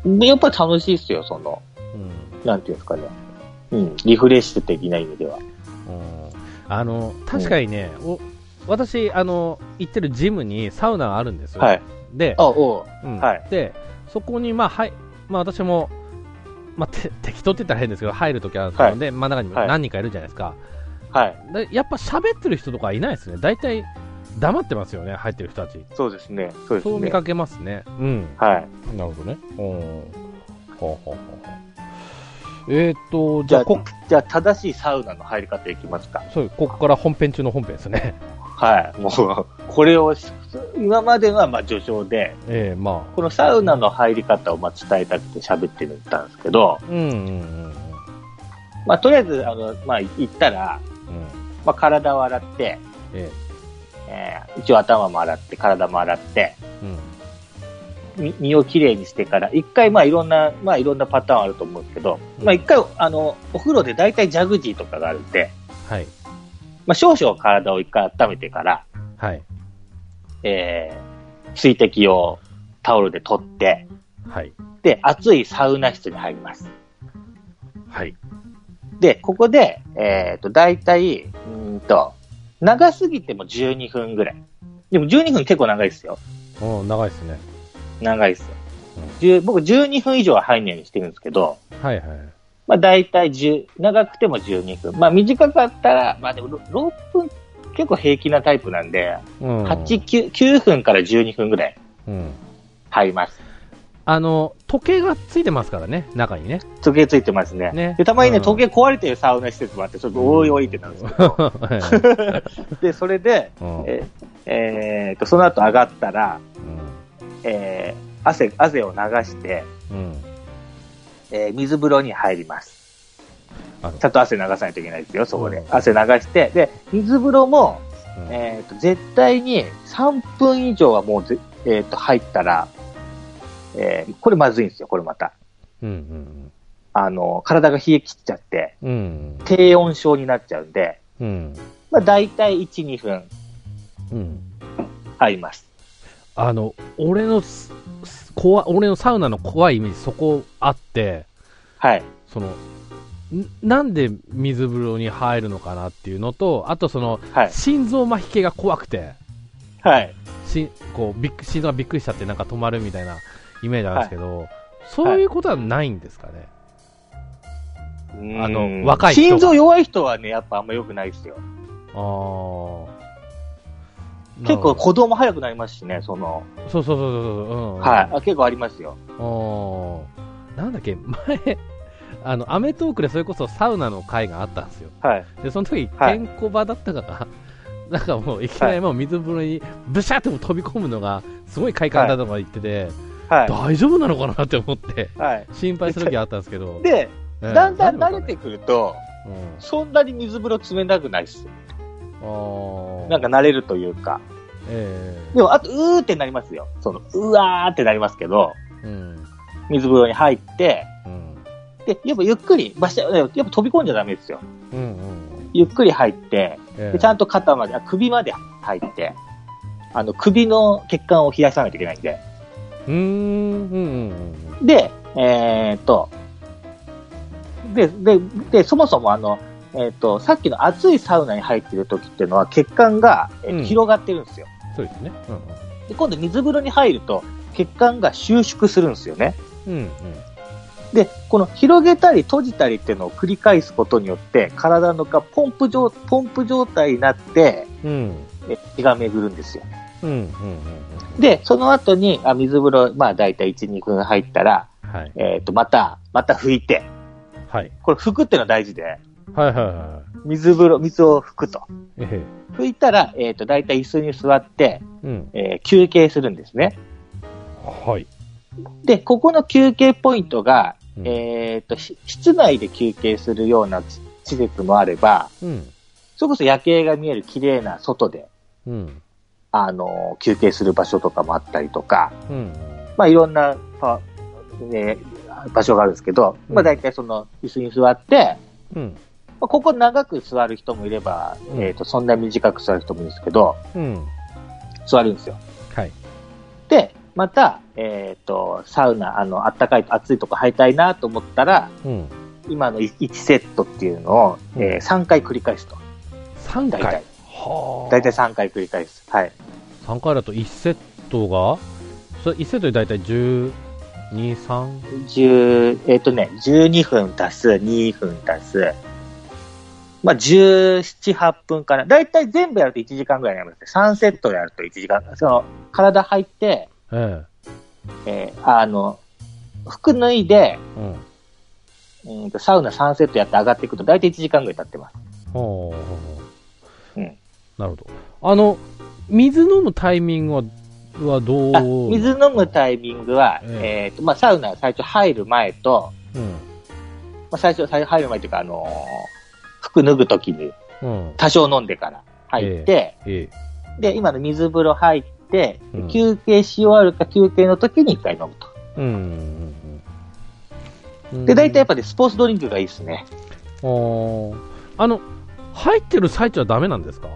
Speaker 2: ーやっぱ楽しいですよ、その、
Speaker 1: うん。
Speaker 2: なんていうんですかね。うん、リフレッシュ的な意味では。
Speaker 1: うんあの確かにね、お私あの、行ってるジムにサウナがあるんですよ、
Speaker 2: はい。
Speaker 1: で,
Speaker 2: あ、おう
Speaker 1: うん、
Speaker 2: はい
Speaker 1: でそこに、まあはいまあ、私も、まあ、て適当って言ったら変ですけど、入るときは
Speaker 2: はい
Speaker 1: で、真ん中に
Speaker 2: はい
Speaker 1: 何人かいるじゃないですか、
Speaker 2: はい。
Speaker 1: でやっぱ喋ってる人とかいないですね、大体黙ってますよね、入ってる人たち、
Speaker 2: そうですね。そうです
Speaker 1: そう見
Speaker 2: ね。
Speaker 1: かけますね、うん、
Speaker 2: はい。
Speaker 1: なるほどね、うん、ほうほうほうほうえー、っと、じ
Speaker 2: じ
Speaker 1: ゃ
Speaker 2: ゃ
Speaker 1: あ
Speaker 2: あ
Speaker 1: こ、、
Speaker 2: じゃあ正しいサウナの入り方いきますか。
Speaker 1: そうここから本編中の本編ですね。 *laughs*
Speaker 2: はい。もう、 *laughs* これを、今まではまあ序章で、
Speaker 1: ええまあ
Speaker 2: このサウナの入り方をまあ伝えたくて喋ってみたんですけど、
Speaker 1: うんうんうん
Speaker 2: まあとりあえず、あの、まあ行ったら、
Speaker 1: うんうん
Speaker 2: まあ体を洗って、
Speaker 1: え
Speaker 2: えー一応頭も洗って、体も洗って、
Speaker 1: えうん
Speaker 2: み身をきれいにしてから、一回、まあ、いろんな、まあ、いろんなパターンあると思うんですけど、
Speaker 1: うん
Speaker 2: まあ、一回、あの、お風呂で大体ジャグジーとかがあるんで、
Speaker 1: はい
Speaker 2: まあ、少々体を一回温めてから、
Speaker 1: はい
Speaker 2: えー、水滴をタオルで取って、
Speaker 1: はい
Speaker 2: で、熱いサウナ室に入ります。
Speaker 1: はい
Speaker 2: で、ここで、えっ、と、大体、うーんと、長すぎても12分ぐらい。でも12分結構長いですよ。
Speaker 1: うん長いですね
Speaker 2: 長いですよ
Speaker 1: うん。
Speaker 2: 10僕12分以上は入んないようにしてるんですけど、
Speaker 1: はいはい
Speaker 2: まあ、大体10、長くても12分。まあ、短かったら、まあ、でもろ6分、結構平気なタイプなんで、
Speaker 1: うん
Speaker 2: 8、9、9分から12分ぐらい
Speaker 1: うん
Speaker 2: 入ります。
Speaker 1: あの時計がついてますからね中にね
Speaker 2: 時計ついてますね。
Speaker 1: ね
Speaker 2: で、たまにね、
Speaker 1: うん
Speaker 2: 時計壊れてるサウナ施設もあって、ちょっとおいおいってなるんです
Speaker 1: *laughs*
Speaker 2: けど。
Speaker 1: う
Speaker 2: で、それで、
Speaker 1: ん
Speaker 2: *laughs* えーえーっと、その後上がったら、
Speaker 1: うん
Speaker 2: えー汗、汗を流して、
Speaker 1: うん
Speaker 2: えー水風呂に入ります。
Speaker 1: あの
Speaker 2: ちゃんと汗流さないといけないですよ、そこ
Speaker 1: う
Speaker 2: で
Speaker 1: ん。
Speaker 2: 汗流して、で、水風呂も、
Speaker 1: うん
Speaker 2: えっと絶対に3分以上はもうぜ、えっと入ったら、えーこれまずいんですよ、これまた。
Speaker 1: うん
Speaker 2: あの体が冷え切っちゃって、
Speaker 1: うんうん
Speaker 2: 低温症になっちゃうんで、
Speaker 1: うん
Speaker 2: まあ、大体1、2分
Speaker 1: うん
Speaker 2: 入ります。
Speaker 1: あの俺のすす怖い俺のサウナの怖いイメージそこあって
Speaker 2: はい。
Speaker 1: そのんなんで水風呂に入るのかなっていうのとあとその
Speaker 2: はい。
Speaker 1: 心臓麻痺系が怖くて
Speaker 2: はい。
Speaker 1: しこうびっく心臓がびっくりしちゃってなんか止まるみたいなイメージなんですけど、そういうことはないんですかね、あの
Speaker 2: うん
Speaker 1: 若い人が
Speaker 2: 心臓弱い人はね、やっぱあんま良くないですよ。
Speaker 1: ああ
Speaker 2: 結構鼓動も早くなりますしね、その、
Speaker 1: そうそうそうそうそう、うん、
Speaker 2: はい。あ結構ありますよ。
Speaker 1: あーなんだっけ前 *laughs* あのアメトーークでそれこそサウナの会があったんですよ
Speaker 2: はい。
Speaker 1: でその時
Speaker 2: はい
Speaker 1: 健康場だったから、なん *laughs* かもういきなりもう水風呂にブシャッと飛び込むのがすごい快感だとか言ってて、
Speaker 2: は
Speaker 1: 大丈夫なのかなって思って
Speaker 2: い。はい。
Speaker 1: 心配する時あったんですけど、
Speaker 2: で、
Speaker 1: ええ
Speaker 2: だんだん
Speaker 1: 大
Speaker 2: 慣
Speaker 1: 丈夫
Speaker 2: れ
Speaker 1: か
Speaker 2: て
Speaker 1: ね
Speaker 2: くると、
Speaker 1: うん
Speaker 2: そんなに水風呂冷たくないです。
Speaker 1: ああ。
Speaker 2: なんか、慣れるというか。
Speaker 1: ええ
Speaker 2: でも、あと、うーってなりますよ。その、うわーってなりますけど、
Speaker 1: うん。
Speaker 2: 水風呂に入って、
Speaker 1: うん。
Speaker 2: で、やっぱゆっくり、バシャやっぱ飛び込んじゃダメですよ。
Speaker 1: うんうん。
Speaker 2: ゆっくり入って、
Speaker 1: ええ
Speaker 2: でちゃんと肩まで、あ首まで入って、あの、首の血管を冷やさないといけないんで。
Speaker 1: うーん。うんうん
Speaker 2: で、えーっと、で、で、で、そもそもあの、えーっと、さっきの熱いサウナに入ってる時っていうのは血管が、え
Speaker 1: うん
Speaker 2: 広がってるんですよ。
Speaker 1: そうですね。うん
Speaker 2: で今度水風呂に入ると血管が収縮するんですよね。
Speaker 1: うん。うん
Speaker 2: で、この広げたり閉じたりっていうのを繰り返すことによって、体の中、ポンプ状、ポンプ状態になって、
Speaker 1: うん。
Speaker 2: え血が巡るんですよ。
Speaker 1: うん。うん。うん。
Speaker 2: で、その後に、あ水風呂、まあ大体1、2分入ったら、
Speaker 1: はい。
Speaker 2: えっ、と、また、また拭いて、
Speaker 1: はい。
Speaker 2: これ拭くっていうのは大事で、
Speaker 1: はいはいは
Speaker 2: 水風呂、水を拭くと。
Speaker 1: い。ええ。
Speaker 2: 拭いたら、えっ、と、大体椅子に座って、
Speaker 1: うん。
Speaker 2: えー休憩するんですね。
Speaker 1: はい。
Speaker 2: で、ここの休憩ポイントが、
Speaker 1: うん
Speaker 2: えっ、と、し室内で休憩するような施施設もあれば、
Speaker 1: うん。
Speaker 2: それこそ夜景が見える綺麗な外で、
Speaker 1: うん。
Speaker 2: あの、休憩する場所とかもあったりとか、
Speaker 1: うん。
Speaker 2: まあ、いろんな、パね、場所があるんですけど、ま
Speaker 1: う
Speaker 2: あ、
Speaker 1: ん
Speaker 2: 大体その、椅子に座って、
Speaker 1: うん。
Speaker 2: まあ、ここ長く座る人もいれば、
Speaker 1: うん
Speaker 2: えっ、と、そんな短く座る人もいるんですけど、
Speaker 1: うん。
Speaker 2: 座るんですよ。
Speaker 1: はい。
Speaker 2: で、また、えっ、と、サウナ、あの、あったかい、暑いとこ入りたいなと思ったら、
Speaker 1: うん。
Speaker 2: 今の1セットっていうのを、
Speaker 1: うん
Speaker 2: え3回繰り返すと。
Speaker 1: 3
Speaker 2: 大
Speaker 1: 回
Speaker 2: 体。。
Speaker 1: はあ。
Speaker 2: 大体3回繰り返す。はい。
Speaker 1: 3回だと1セットが、それ1セットで大体12、3、
Speaker 2: 10えっ、とね、12分足す、2分足す、まあ、17、8分かな。だいたい全部やると1時間ぐらいになります。3セットやると1時間。その、体入って、
Speaker 1: え
Speaker 2: えーあの、服脱い
Speaker 1: え。
Speaker 2: で、
Speaker 1: うん。
Speaker 2: うんと、サウナ3セットやって上がっていくと、だいたい1時間ぐらい経ってます。
Speaker 1: ほう。
Speaker 2: うん
Speaker 1: なるほど。あの、水飲むタイミングは、はど
Speaker 2: あ
Speaker 1: う
Speaker 2: 水飲むタイミングは、
Speaker 1: うん
Speaker 2: えっ、と、まあ、サウナ最初入る前と、
Speaker 1: うん。
Speaker 2: まあ、最初、最初入る前というか、あのー服脱ぐときに
Speaker 1: うん。
Speaker 2: 多少飲んでから入って、
Speaker 1: ええ。
Speaker 2: で、今の水風呂入って、
Speaker 1: うん
Speaker 2: 休憩し終わるか休憩の時に一回飲むと。
Speaker 1: うんうんうんうん。
Speaker 2: で、大体やっぱりスポーツドリンクがいいですね。
Speaker 1: あーあの、入ってる最中はダメなんですか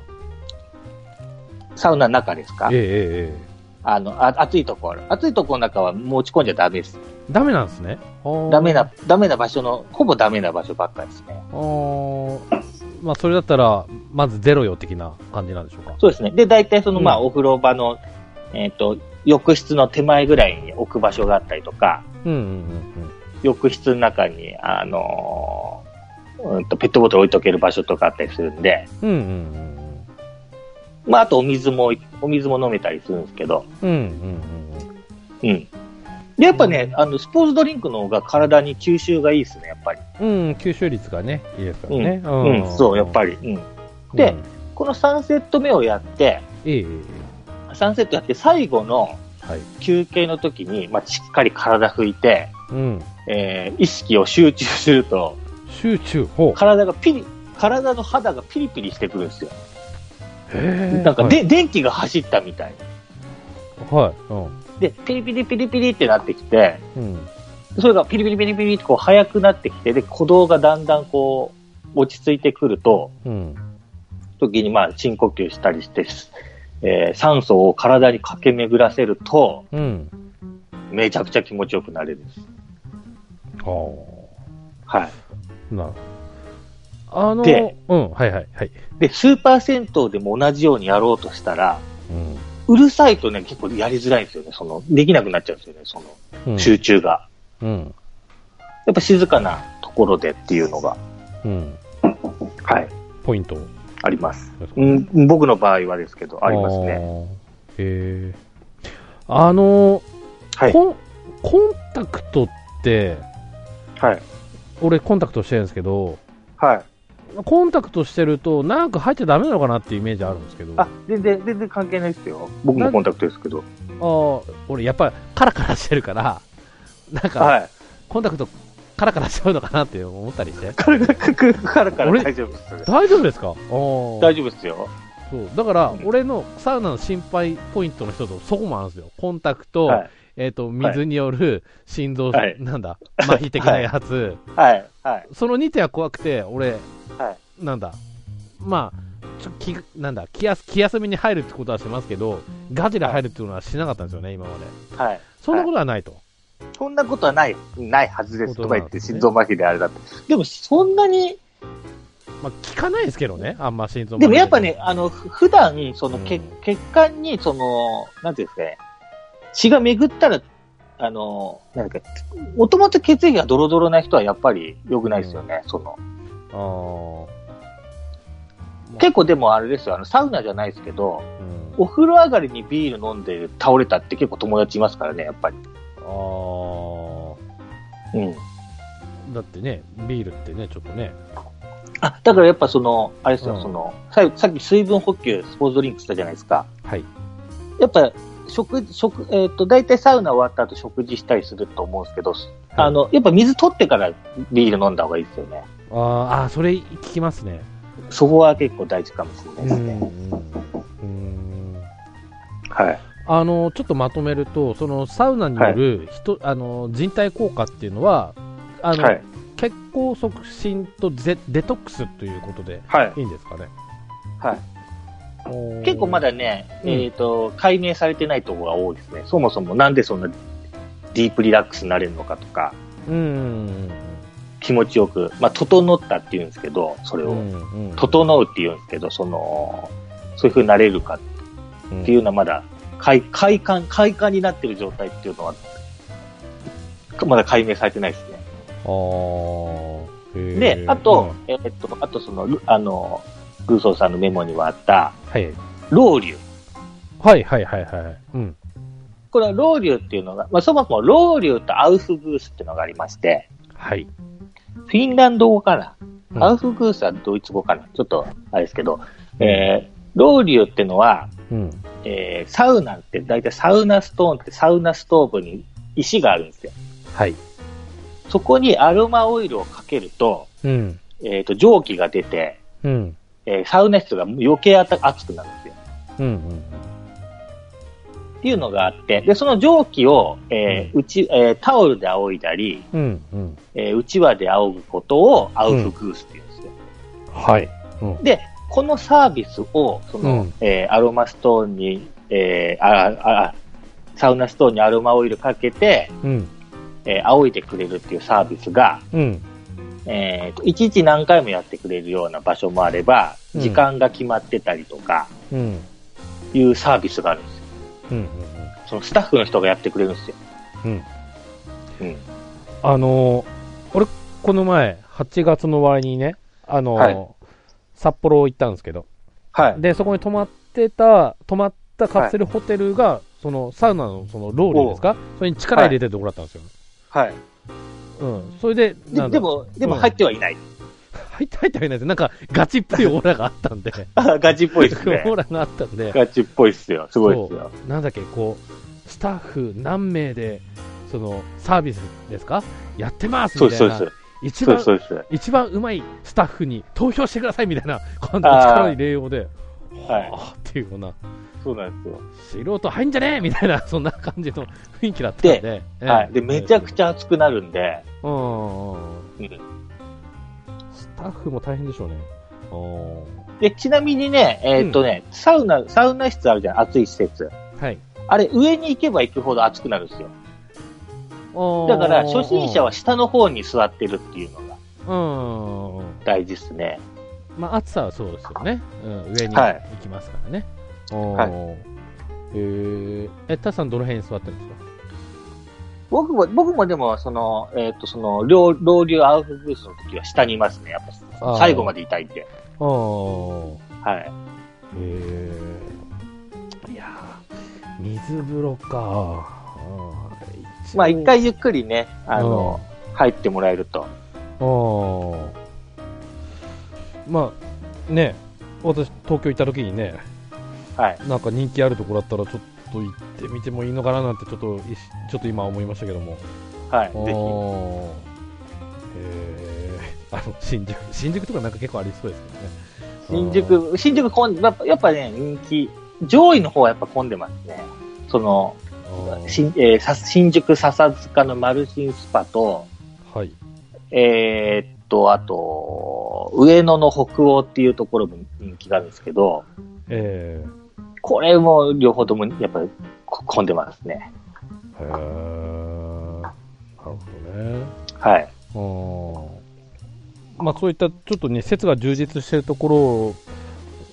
Speaker 2: サウナの中ですか
Speaker 1: えええええ
Speaker 2: あのあ、暑いところ。暑いところの中は持ち込んじゃダメです。
Speaker 1: え。ダメなんですね。あー
Speaker 2: ダメな、ダメな場所の、ほぼダメな場所ばっかりですね。
Speaker 1: あーまあ、それだったら、まずゼロよ的な感じなんでしょうか。
Speaker 2: そうですね。で、大体その、
Speaker 1: うん
Speaker 2: まあ、お風呂場の、えっ、と、浴室の手前ぐらいに置く場所があったりとか、
Speaker 1: うんうんうん
Speaker 2: 浴室の中に、あのーうんと、ペットボトル置いとける場所とかあったりするんで、
Speaker 1: うん。うんうんうん
Speaker 2: まあ、あとお水も、お水も飲めたりするんですけど、
Speaker 1: うん。うんうんうん。
Speaker 2: うん。で、やっぱね、あの、スポーツドリンクの方が体に吸収がいいですね、やっぱり。
Speaker 1: うん、吸収率がね、いいですからね。う
Speaker 2: うん、そう、やっぱ
Speaker 1: り。
Speaker 2: り。うん。
Speaker 1: うん
Speaker 2: でこの3セット目をやって、
Speaker 1: ええええ
Speaker 2: 3セットやって最後の
Speaker 1: はい。
Speaker 2: 休憩の時に、まあ、しっかり体拭いて、
Speaker 1: うん。
Speaker 2: えー意識を集中すると、
Speaker 1: 集中法。
Speaker 2: 体がピリ、体の肌がピリピリしてくるんですよ。
Speaker 1: へえ
Speaker 2: なんかで、、電気が走ったみたい。
Speaker 1: はい。は
Speaker 2: で、ピリピリピリピリってなってきて、
Speaker 1: い。うん。うん。
Speaker 2: それがピリピリピリピリってこう速くなってきて、で、鼓動がだんだんこう、落ち着いてくると、
Speaker 1: うん。
Speaker 2: 時にまあ深呼吸したりして、えー酸素を体に駆け巡らせると、
Speaker 1: うん。
Speaker 2: めちゃくちゃ気持ちよくなれるんです。
Speaker 1: は
Speaker 2: はい。
Speaker 1: あ。なるほど。あの、
Speaker 2: で
Speaker 1: うん、はいはいはい。
Speaker 2: で、スーパー銭湯でも同じようにやろうとしたら、うるさいとね、結構やりづらいんですよね。その、できなくなっちゃうんですよね、その、
Speaker 1: うん。
Speaker 2: 集中が。
Speaker 1: うん。
Speaker 2: やっぱ静かなところでっていうのが、
Speaker 1: うん。
Speaker 2: はい、
Speaker 1: ポイント。
Speaker 2: あります。うん、僕の場合はですけど、ありますね。
Speaker 1: ね。へえ。あの、
Speaker 2: はい。
Speaker 1: コン、コンタクトって、
Speaker 2: はい。
Speaker 1: 俺コンタクトしてるんですけど、
Speaker 2: はい。
Speaker 1: コンタクトしてると、なんか入っちゃダメなのかなっていうイメージあるんですけど、
Speaker 2: あ、全然、全然関係ないですよ。僕もコンタクトですけど。
Speaker 1: あー俺、やっぱりカラカラしてるから、なんか、
Speaker 2: はい。
Speaker 1: コンタクトカラカラしちゃうのかなって思ったりして、
Speaker 2: *laughs* 軽く、軽く、軽から
Speaker 1: 俺
Speaker 2: 大丈夫ですよ。
Speaker 1: 大丈夫ですか大
Speaker 2: 大丈夫ですよ。
Speaker 1: そうだから
Speaker 2: う、ん
Speaker 1: 俺のサウナの心配ポイントの一つ、そこもあるんですよ、コンタクト、
Speaker 2: はい。
Speaker 1: えっと水による心臓、
Speaker 2: はい
Speaker 1: なんだ、麻痺的なやつ、
Speaker 2: はい。はい。
Speaker 1: その2点は怖くて、俺、
Speaker 2: は
Speaker 1: なんだ、まあ、ちょ気なんだ気休気休みに入るってことはしますけど、ガチで入るっていうのはしなかったんですよね、今まで。
Speaker 2: はい。
Speaker 1: そんなことはないと。
Speaker 2: そんなことはない、ないはずですとか言って、
Speaker 1: そう
Speaker 2: 心
Speaker 1: なんですね
Speaker 2: 臓麻痺であれだって。でも、そんなに、
Speaker 1: まあ、聞かないですけどね、あんま心臓麻痺
Speaker 2: でもやっぱね、あの、ふ普段、その、
Speaker 1: うん
Speaker 2: 血血管に、その、なんていうんですかね、血が巡ったら、あの、なんだっけ、もともと血液がドロドロな人はやっぱり良くないですよね、その。
Speaker 1: あー
Speaker 2: 結構でもあれですよ、あの、サウナじゃないですけど、
Speaker 1: うん
Speaker 2: お風呂上がりにビール飲んで倒れたって結構友達いますからね、やっぱり。
Speaker 1: あ
Speaker 2: うん。
Speaker 1: ーだってね、ビールってね、ちょっとね、
Speaker 2: あ、だからやっぱその、あれですよ、
Speaker 1: うん
Speaker 2: その、さいさっき水分補給、スポーツドリンクしたじゃないですか。
Speaker 1: はい、
Speaker 2: やっぱ、食、食、えっ、と、大体サウナ終わった後食事したりすると思うんですけど、あの、やっぱ水取ってからビール飲んだ方がいいですよね。
Speaker 1: あーあー、それ聞きますね。
Speaker 2: そこは結構大事かもしれないですね。
Speaker 1: うん
Speaker 2: はい。
Speaker 1: あのちょっとまとめると、そのサウナによる人、あの人体効果っていうのは、あの
Speaker 2: はい。
Speaker 1: 血行促進とゼデトックスということで
Speaker 2: はい。
Speaker 1: いいんですかね。
Speaker 2: はい
Speaker 1: おー
Speaker 2: 結構まだね、
Speaker 1: うん
Speaker 2: えっ、と、解明されてないところが多いですね。そもそもなんでそんなディープリラックスになれるのかとか、
Speaker 1: うん
Speaker 2: 気持ちよく、まあ、整ったって言うんですけど、それ
Speaker 1: う
Speaker 2: を、
Speaker 1: んうん
Speaker 2: 整うって言うんですけど、その、そういう風になれるかっていうのはまだ、快快感、快感になってる状態っていうのは、まだ解明されてないですね。
Speaker 1: あーへー
Speaker 2: で、あと、えっと、あとその、ルあの、グーソンさんのメモにはあった、
Speaker 1: うんはい、
Speaker 2: 老流。
Speaker 1: はいはいはいはい、うん
Speaker 2: これは老流っていうのが、まあ、そもそも老流とアウフグースっていうのがありまして、
Speaker 1: はい、
Speaker 2: フィンランド語かな、
Speaker 1: うん
Speaker 2: アウフグースはドイツ語かなちょっとあれですけど、えー、老流っていうのは、
Speaker 1: うん、
Speaker 2: えーサウナって大体サウナストーンってサウナストーブに石があるんですよ。
Speaker 1: はい、
Speaker 2: そこにアロマオイルをかけると、
Speaker 1: うん、
Speaker 2: えっ、と、蒸気が出て、
Speaker 1: うん、
Speaker 2: えーサウナ室が余計あた熱くなるんですよ。
Speaker 1: うん、うん、
Speaker 2: っていうのがあって、で、その蒸気を、えーうち、えータオルで仰いだり、
Speaker 1: うん、うん、
Speaker 2: えーうちわで仰ぐことをアウフグースって言うんですよ。
Speaker 1: はい、うん、
Speaker 2: で、このサービスを、その、
Speaker 1: うん
Speaker 2: えーアロマストーンに、えーあああサウナストーンにアロマオイルかけて、
Speaker 1: うん、
Speaker 2: えー仰いでくれるっていうサービスが、
Speaker 1: うん、
Speaker 2: えーと、いちいち何回もやってくれるような場所もあれば、
Speaker 1: うん
Speaker 2: 時間が決まってたりとか、
Speaker 1: うん、
Speaker 2: いうサービスがあるんですよ。
Speaker 1: うん、
Speaker 2: そのスタッフの人がやってくれるんですよ。
Speaker 1: うん、
Speaker 2: うん。
Speaker 1: あのー俺、この前、8月の終わりにね、あのー
Speaker 2: はい
Speaker 1: 札幌行ったんですけど、
Speaker 2: はい。
Speaker 1: で、そこに泊まってた、泊まったカプセルホテルが、そのサウナのそのローリーですか、それに力入れてるところだったんですよ。
Speaker 2: はい。
Speaker 1: うん、それで、な
Speaker 2: で
Speaker 1: んだ
Speaker 2: で、も、でも入ってはい *laughs* ない。
Speaker 1: 入って入ってはいないですなんか、ガチっぽいオーラがあったんで、
Speaker 2: あガチっぽいで
Speaker 1: *laughs*
Speaker 2: すね
Speaker 1: オー。ラがあったんで、
Speaker 2: ガチっぽいっすよ。すごいっすよ。
Speaker 1: なんだっけ、こう、スタッフ何名で、その、サービスですかやってます
Speaker 2: そう
Speaker 1: み
Speaker 2: で
Speaker 1: たい
Speaker 2: す、そ
Speaker 1: な
Speaker 2: うで。す。
Speaker 1: 一
Speaker 2: そう
Speaker 1: 番
Speaker 2: です、そうです。
Speaker 1: 一番うまいスタッフに投票してくださいみたいな感じの力の入れようで、
Speaker 2: はい
Speaker 1: あーっていうような、
Speaker 2: そうなんですよ。
Speaker 1: 素人入んじゃねえみたいな、 *laughs* そんな感じの雰囲気だったんで、ええ
Speaker 2: はい。で、めちゃくちゃ熱くなるんで、
Speaker 1: うんうんうん
Speaker 2: うん
Speaker 1: スタッフも大変でしょうね。お
Speaker 2: で、ちなみにね、えーっとね、サウナ、サウナ室あるじゃん、暑い施設。
Speaker 1: ーはい、
Speaker 2: あれ、上に行けば行くほど熱くなるんですよ。だから、初心者は下の方に座ってるっていうのが
Speaker 1: うんうんうん、
Speaker 2: 大事ですね。
Speaker 1: まあ、暑さはそうですよね、うん、上に
Speaker 2: は
Speaker 1: 行
Speaker 2: い
Speaker 1: きますからね。お
Speaker 2: はい
Speaker 1: ーえー、え、タさん、どの辺に座ってるんですか
Speaker 2: 僕も、僕もでも、その、えーっと、その、老老流アウフグースの時は下にいますね、やっ
Speaker 1: あ
Speaker 2: ぱ。
Speaker 1: ー
Speaker 2: 最後までいたいんで。
Speaker 1: あー
Speaker 2: はい。
Speaker 1: へえいやー水風呂か
Speaker 2: まあ、一回ゆっくりね、あ
Speaker 1: あ
Speaker 2: の
Speaker 1: の、
Speaker 2: 入ってもらえると。
Speaker 1: まあね私東京行った時にね
Speaker 2: はい。
Speaker 1: なんか人気あるとこだったらちょっと行ってみてもいいのかななんてちょっといしちょっと今思いましたけども
Speaker 2: はい。
Speaker 1: あ
Speaker 2: *laughs* ぜひ。
Speaker 1: ーへーあの新宿新宿とかなんか結構ありそうですけどね
Speaker 2: 新宿、新宿混んで、やっぱやっぱね、人気、上位の方はやっぱ混んでますね。その、
Speaker 1: あー
Speaker 2: 新えーさ新宿笹塚のマルシンスパと、
Speaker 1: はい
Speaker 2: えーっと、あと、上野の北欧っていうところも人気があるんですけど、
Speaker 1: え
Speaker 2: これも両方ともやっぱりこ混んでますね。
Speaker 1: ー、へーなるほどね
Speaker 2: はい。
Speaker 1: うんまあ、そういったちょっとね、施設が充実しているとこ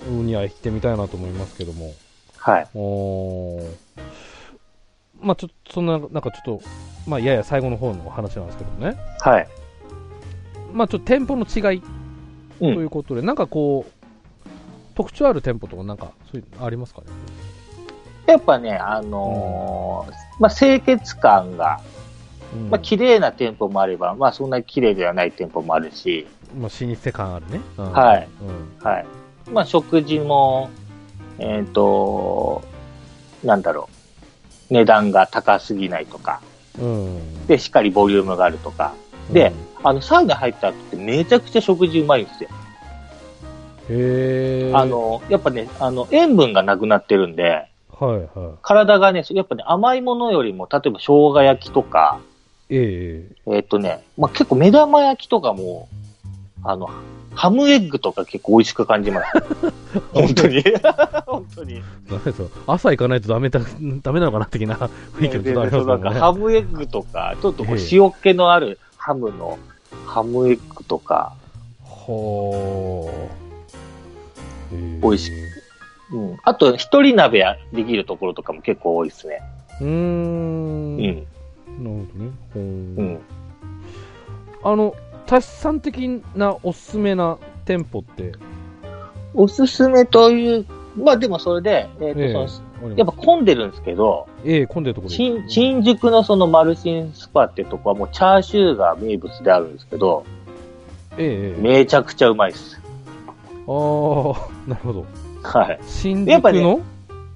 Speaker 1: ろには行ってみたいなと思いますけども、
Speaker 2: はい。
Speaker 1: おーまあちょっと、そんな、なんかちょっと、まあやや最後の方の話なんですけどね。
Speaker 2: はい。
Speaker 1: まあちょっと店舗の違いと
Speaker 2: う
Speaker 1: い
Speaker 2: ん。
Speaker 1: うことで、なんかこう、特徴ある店舗とかなんか、そういうのありますかね
Speaker 2: やっぱね、あのーまあ、清潔感が、
Speaker 1: うん
Speaker 2: まあ、綺麗な店舗もあれば、まあ、そんなに綺麗ではない店舗もあるし、
Speaker 1: まあ、老舗感あるね。うん
Speaker 2: はい。
Speaker 1: うん。
Speaker 2: はい。まあ、食事も、えっ、と、なんだろう。値段が高すぎないとか、
Speaker 1: うん。
Speaker 2: で、しっかりボリュームがあるとか。で、あの、サウナ入った後ってめちゃくちゃ食事うまいんですよ。
Speaker 1: うん、へえ。
Speaker 2: あ、の、やっぱね、あの、塩分がなくなってるんで、
Speaker 1: はいは
Speaker 2: 体がね、やっぱね、甘いものよりも、例えば生姜焼きとか、
Speaker 1: い。ええ
Speaker 2: えっ、とね、まあ、結構目玉焼きとかも、あの、ハムエッグとか結構美味しく感
Speaker 1: *laughs*
Speaker 2: じます。本当に。 *laughs* 本当に。
Speaker 1: ダメですよ。朝行かないとダメだ、 *laughs* ダメなのかな的な雰囲気もちょっとあります
Speaker 2: な
Speaker 1: も
Speaker 2: ん
Speaker 1: ん
Speaker 2: か
Speaker 1: ね。
Speaker 2: ハムエッグとか、ちょっとこう
Speaker 1: ええ
Speaker 2: 塩気のあるハムのハムエッグとか、
Speaker 1: ほう。ええ
Speaker 2: 美味しうん、あと一人鍋できるところとかも結構多いですね。
Speaker 1: うーん。
Speaker 2: う
Speaker 1: なる
Speaker 2: ん、
Speaker 1: ほどね。ほう
Speaker 2: うん。
Speaker 1: あの、タシさん的なおすすめな店舗って、
Speaker 2: おすすめという、まあでもそれで、えーと
Speaker 1: ええ
Speaker 2: その
Speaker 1: あり
Speaker 2: やっ
Speaker 1: ます
Speaker 2: ぱ混んでるんですけど、
Speaker 1: ええ混んでるところ。
Speaker 2: 新新宿のそのマルシンスパってとこはもうチャーシューが名物であるんですけど、
Speaker 1: ええええ
Speaker 2: めちゃくちゃうまいです。
Speaker 1: ああ、 *laughs* なるほど。
Speaker 2: はい。
Speaker 1: 新
Speaker 2: やっ
Speaker 1: 宿
Speaker 2: ぱ
Speaker 1: の、
Speaker 2: ね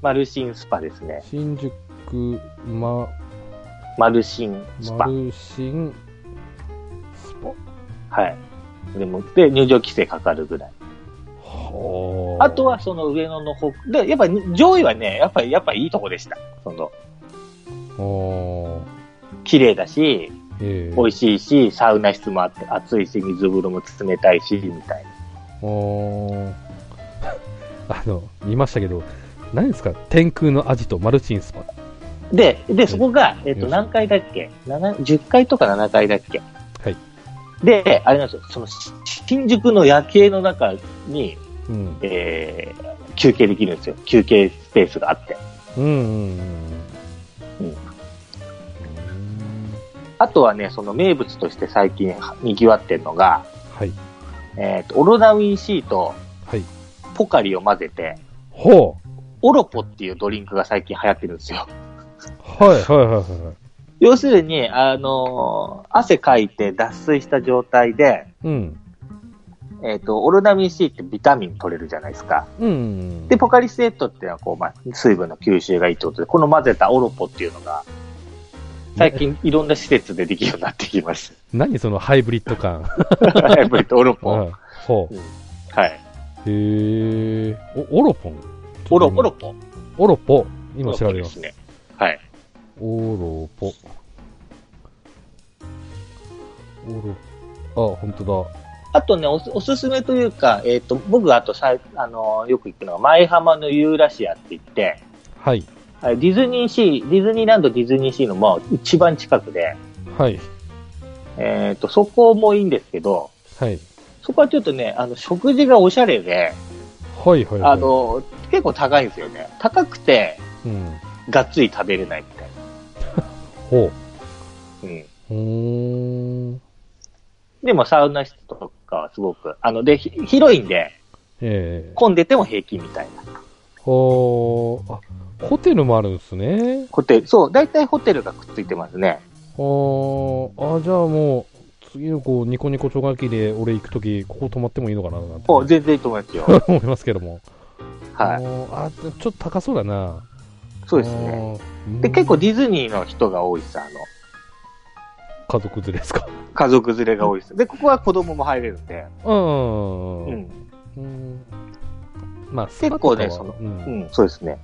Speaker 2: マルシンスパですね。
Speaker 1: 新宿、ま、
Speaker 2: マルシンス
Speaker 1: マ
Speaker 2: パ。
Speaker 1: ルシン、スパ。
Speaker 2: はい。でも、で、入場規制かかるぐらい。
Speaker 1: は
Speaker 2: あとは、その上野の方、で、やっぱり上位はね、やっぱり、やっぱいいとこでした。その、
Speaker 1: お
Speaker 2: 綺麗だし、
Speaker 1: ええ
Speaker 2: 美味しいし、サウナ室もあって、暑いし、水風呂も冷たいし、みたいな。
Speaker 1: おー *laughs* あの、見ましたけど、何ですか天空のアジとマルチンスパ。
Speaker 2: で、で、そこが、えっ
Speaker 1: よ
Speaker 2: と、
Speaker 1: し
Speaker 2: 何階だっけ七 ?10 階とか7階だっけ
Speaker 1: はい。
Speaker 2: で、あれなんですよ、その、し新宿の夜景の中に、
Speaker 1: うん。
Speaker 2: えー、休憩できるんですよ。休憩スペースがあって。
Speaker 1: うんうんうん。
Speaker 2: うんあとはね、その名物として最近は賑わってるのが、
Speaker 1: はい。
Speaker 2: えっ、と、オロナミン C と
Speaker 1: はい。
Speaker 2: ポカリを混ぜて、
Speaker 1: ほ
Speaker 2: オロポっていうドリンクが最近流行ってるんですよ。
Speaker 1: う。はいはいはいはいはい。
Speaker 2: 要するに、あのー汗かいて脱水した状態で、
Speaker 1: うん。
Speaker 2: えっ、と、オロナミン C ってビタミン取れるじゃないですか。
Speaker 1: うんうん。
Speaker 2: で、ポカリスエットっていうのは、こう、まあ、水分の吸収がいいってことで、この混ぜたオロポっていうのが、最近いろんな施設でできるようになってきまし
Speaker 1: 何そのハイブリッド感。
Speaker 2: *laughs* た。やっぱりオロポ。
Speaker 1: はいほ
Speaker 2: はい。
Speaker 1: う。へえ。お、オロポン
Speaker 2: オロ、オロ。ポ。
Speaker 1: オロポ。今
Speaker 2: オロ
Speaker 1: 調
Speaker 2: ポ
Speaker 1: べ
Speaker 2: で
Speaker 1: ますす。
Speaker 2: ね。はい。
Speaker 1: オロポ。オロ。あ、本当だ。
Speaker 2: あとね、おすおすすめというか、えっ、と、僕、あとさい、あの、よく行くのが、舞浜のユーラシアって言って、
Speaker 1: はい。
Speaker 2: あれディズニーシー、ディズニーランド、ディズニーシーのもう一番近くで、
Speaker 1: はい。
Speaker 2: えっ、と、そこもいいんですけど、
Speaker 1: はい。
Speaker 2: そこはちょっとね、あの、食事がおしゃれで、
Speaker 1: はいはいはい。
Speaker 2: あ、の、結構高いんですよね。高くて、
Speaker 1: うん。
Speaker 2: がっつり食べれないみたい
Speaker 1: ほ
Speaker 2: な。うん。
Speaker 1: う。うーん。
Speaker 2: でも、サウナ室とかはすごく、あの、で、ひ広いんで、
Speaker 1: ええ
Speaker 2: 混んでても平気みたいな。
Speaker 1: ほー。あ、ホテルもあるんですね。
Speaker 2: ホテル、そう、大体ホテルがくっついてますね。
Speaker 1: ほー。あ、じゃあもう、次のこう、ニコニコ超楽器で俺行くとき、ここ泊まってもいいのかななんて。
Speaker 2: お、全然いいと思いますよ。
Speaker 1: 思いますけども。
Speaker 2: はい。
Speaker 1: い。あ、ちょっと高そうだな。
Speaker 2: そうですね。
Speaker 1: あー。
Speaker 2: で、結構
Speaker 1: うん
Speaker 2: ディズニーの人が多いさ、あの、
Speaker 1: 家族連れですか。
Speaker 2: 家族連れが多いです。で、ここは子供も入れるんで、
Speaker 1: うん。
Speaker 2: う
Speaker 1: うん
Speaker 2: ん、
Speaker 1: うん。まあ、
Speaker 2: 結構ね
Speaker 1: スパとかはう、
Speaker 2: うんん、そうですね。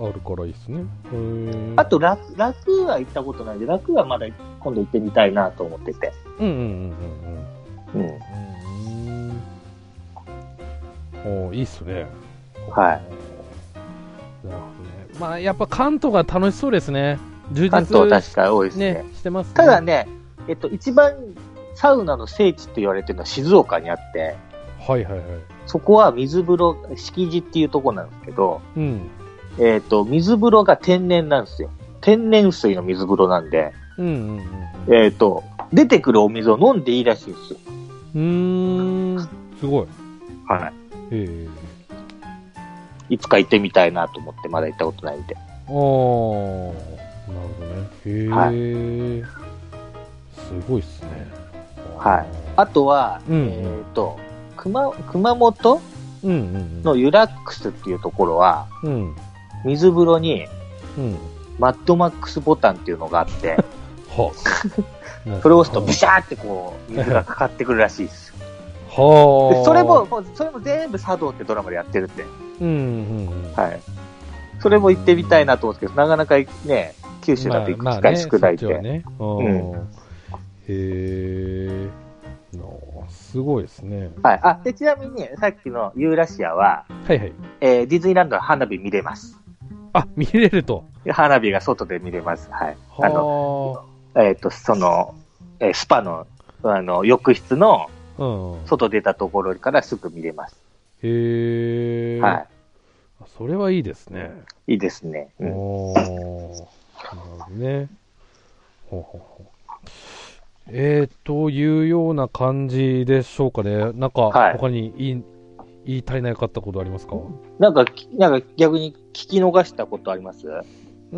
Speaker 1: あるからいいですね。へー
Speaker 2: あと、、ラク、ラクーは行ったことないんで、ラクーはまだ今度行ってみたいなと思ってて。
Speaker 1: うんうんうんうんうん。
Speaker 2: うん。
Speaker 1: うんおーいいっすね。。な
Speaker 2: はい
Speaker 1: るほどね。まあ、やっぱ関東が楽しそうですね。充
Speaker 2: 関東
Speaker 1: 実
Speaker 2: 確か多いですね。
Speaker 1: ね、してますね。
Speaker 2: ただね、えっと、一番サウナの聖地って言われてるのは静岡にあって、
Speaker 1: はいはいはい。
Speaker 2: そこは水風呂、敷地っていうところなんですけど、
Speaker 1: うん。
Speaker 2: えっと、水風呂が天然なんですよ。天然水の水風呂なんで、
Speaker 1: うんうん
Speaker 2: えっ、と、出てくるお水を飲んでいいらしいですよ。
Speaker 1: うん。うーん、すごい。
Speaker 2: は
Speaker 1: ええ。
Speaker 2: い。いつか行ってみたいなと思って、まだ行ったことないんで。
Speaker 1: あー、なるほどね。へえ、
Speaker 2: は
Speaker 1: すごいっすね。
Speaker 2: はいあとは、
Speaker 1: うん
Speaker 2: えっ、と、熊、熊本
Speaker 1: い。うんうん
Speaker 2: のユラックスっていうところは、
Speaker 1: うん。うん。
Speaker 2: 水風呂に
Speaker 1: うん。
Speaker 2: マッドマックスボタンっていうのがあって、
Speaker 1: はあ *laughs*
Speaker 2: それを押すとビシ
Speaker 1: ャ
Speaker 2: ャーってこう、水がかかってくるらしいです。
Speaker 1: は
Speaker 2: で
Speaker 1: あ。
Speaker 2: それも、、もうそれも全部茶道ってドラマでやってるんで、
Speaker 1: うんうんうん。
Speaker 2: はい。それも行ってみたいなと思うんですけど、なかなかね、九州なんて行く機会少ないんで、
Speaker 1: まあね、そっちはね。うん。へえ。なあすごいですね。
Speaker 2: はい。あ、で、ちなみに、さっきのユーラシアは、
Speaker 1: はいはい。
Speaker 2: えーディズニーランドの花火見れます。
Speaker 1: あ、見れると。
Speaker 2: 花火が外で見れます。はい。あの、
Speaker 1: は
Speaker 2: えっ、と、その、えースパの、あの、浴室の
Speaker 1: あ。うん。
Speaker 2: 外出たところからすぐ見れます。
Speaker 1: へえ。。
Speaker 2: はい
Speaker 1: それはいいですね。
Speaker 2: い。いいですね。うん
Speaker 1: おお。なるほどね。ほうほうほう。えー、というような感じでしょうかね。なんか、
Speaker 2: はい
Speaker 1: 他に言い言い足りなかったことありますかう
Speaker 2: なんか、きなんか逆に聞き逃したことありますは
Speaker 1: ー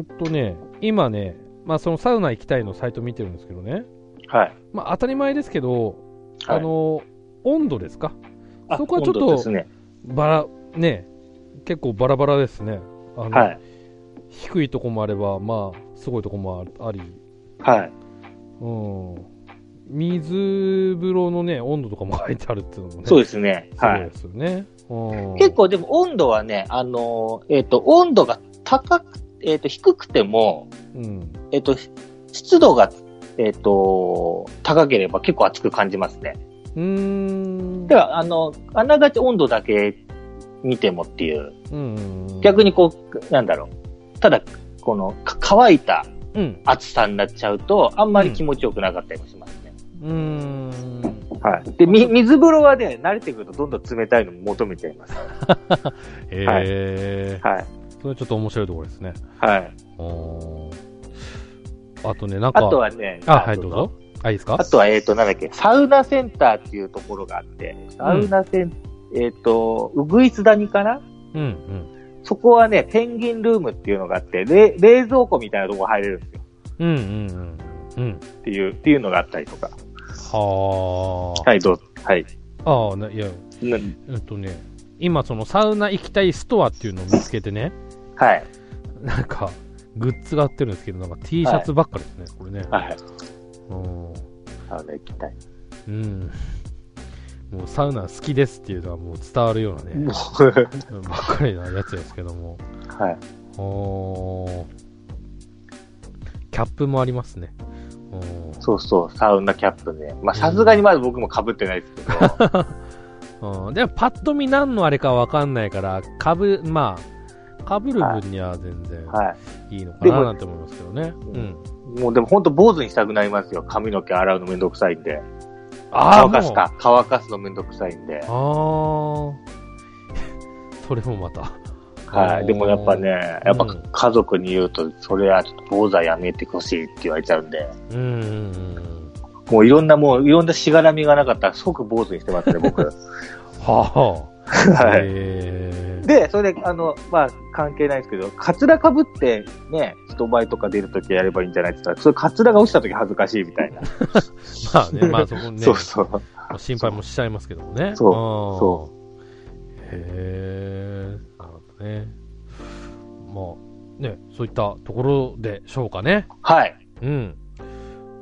Speaker 1: んとね、今ね、まあ、そのサウナ行きたいのサイト見てるんですけどね、
Speaker 2: い。
Speaker 1: まあ、当たり前ですけど、
Speaker 2: はい
Speaker 1: あの、温度ですか
Speaker 2: あ
Speaker 1: そこはちょっと
Speaker 2: 今度ですね。
Speaker 1: バラ、ね、結構バラバラですね。あの
Speaker 2: はい。
Speaker 1: 低いとこもあれば、まあ、すごいとこもああり、
Speaker 2: はい。
Speaker 1: うん、水風呂のね温度とかも書いてあるっていうのもね
Speaker 2: そうですね。
Speaker 1: すご
Speaker 2: はいい。
Speaker 1: ですよね、うん
Speaker 2: 結構でも温度はね、あのーえっ、と、温度が高く、えっ、と、低くても、
Speaker 1: うん
Speaker 2: えっ、と、湿度が、えっ、と、高ければ結構暑く感じますね。
Speaker 1: うーん
Speaker 2: では、あの、あながち温度だけ見てもっていう、
Speaker 1: うん
Speaker 2: 逆にこう、なんだろう。ただ、この、か乾いた
Speaker 1: うん
Speaker 2: 暑さになっちゃうと、あんまり気持ちよくなかったりもしますね。
Speaker 1: うーん
Speaker 2: はい。で、み、水風呂はね、慣れてくるとどんどん冷たいの求めちゃいます。
Speaker 1: へ
Speaker 2: はい
Speaker 1: え、
Speaker 2: はい。
Speaker 1: それちょっと面白いところですね
Speaker 2: はい。
Speaker 1: うんあとねなんか
Speaker 2: あとはね、
Speaker 1: あはいどうぞあいいですか
Speaker 2: あとは、えっ、と、なんだっけ、サウナセンターっていうところがあって、サウナセン、えっ、と、うぐいす谷かな
Speaker 1: うんうん
Speaker 2: そこはね、ペンギンルームっていうのがあって、れ冷蔵庫みたいなとこ入れるんですよ。
Speaker 1: うんうんうんうん
Speaker 2: っていう、っていうのがあったりとか。
Speaker 1: はあ、
Speaker 2: はい、どうぞ。はい。
Speaker 1: ああないや
Speaker 2: な
Speaker 1: えっとね今そのサウナ行きたいストアっていうのを見つけてね
Speaker 2: はい。
Speaker 1: なんか、グッズが売ってるんですけど、なんか T シャツばっかですね、これね。
Speaker 2: はい。
Speaker 1: うん
Speaker 2: サウナ行きたい。
Speaker 1: うん。もうサウナ好きですっていうのはもう伝わるようなね、
Speaker 2: もう
Speaker 1: ばっかりなやつですけども。
Speaker 2: はい。
Speaker 1: おーキャップもありますね。うん
Speaker 2: そうそう、サウナキャップね。まあ、さすがにまだ僕も被ってないですけど。
Speaker 1: うん、でもパッと見何のあれかわかんないから、かぶ、まあ、かぶる分には全然
Speaker 2: はい
Speaker 1: いのかななんて思いますけどね。う
Speaker 2: でも
Speaker 1: ん。
Speaker 2: い。もうでも本当坊主にしたくなりますよ。髪の毛洗うのめんどくさいんで。
Speaker 1: あー
Speaker 2: 乾かす
Speaker 1: もう
Speaker 2: か。乾かすのめんどくさいんで。
Speaker 1: ああ、それもまた。
Speaker 2: はい。でもやっぱね、やっぱ
Speaker 1: うん
Speaker 2: 家族に言うと、それはちょっと坊主はやめてほしいって言われちゃうんで、
Speaker 1: うんうんうん。
Speaker 2: もういろんなもう、いろんなしがらみがなかったら即坊主にしてますね、僕。
Speaker 1: *laughs* はあ。
Speaker 2: はい。
Speaker 1: え
Speaker 2: で、それで、あの、まあ、関係ないですけど、カツラ被ってね、人前とか出るときやればいいんじゃないって言ったら、それカツラが落ちたとき恥ずかしいみたいな。
Speaker 1: ー、まあ
Speaker 2: *laughs*
Speaker 1: ね、まあそこね、
Speaker 2: そうそう。
Speaker 1: 心配もしちゃいますけどもね。
Speaker 2: そう
Speaker 1: そうん。へえ、なるほどね。まあ、ね、そういったところでしょうかね。
Speaker 2: はい。
Speaker 1: うん。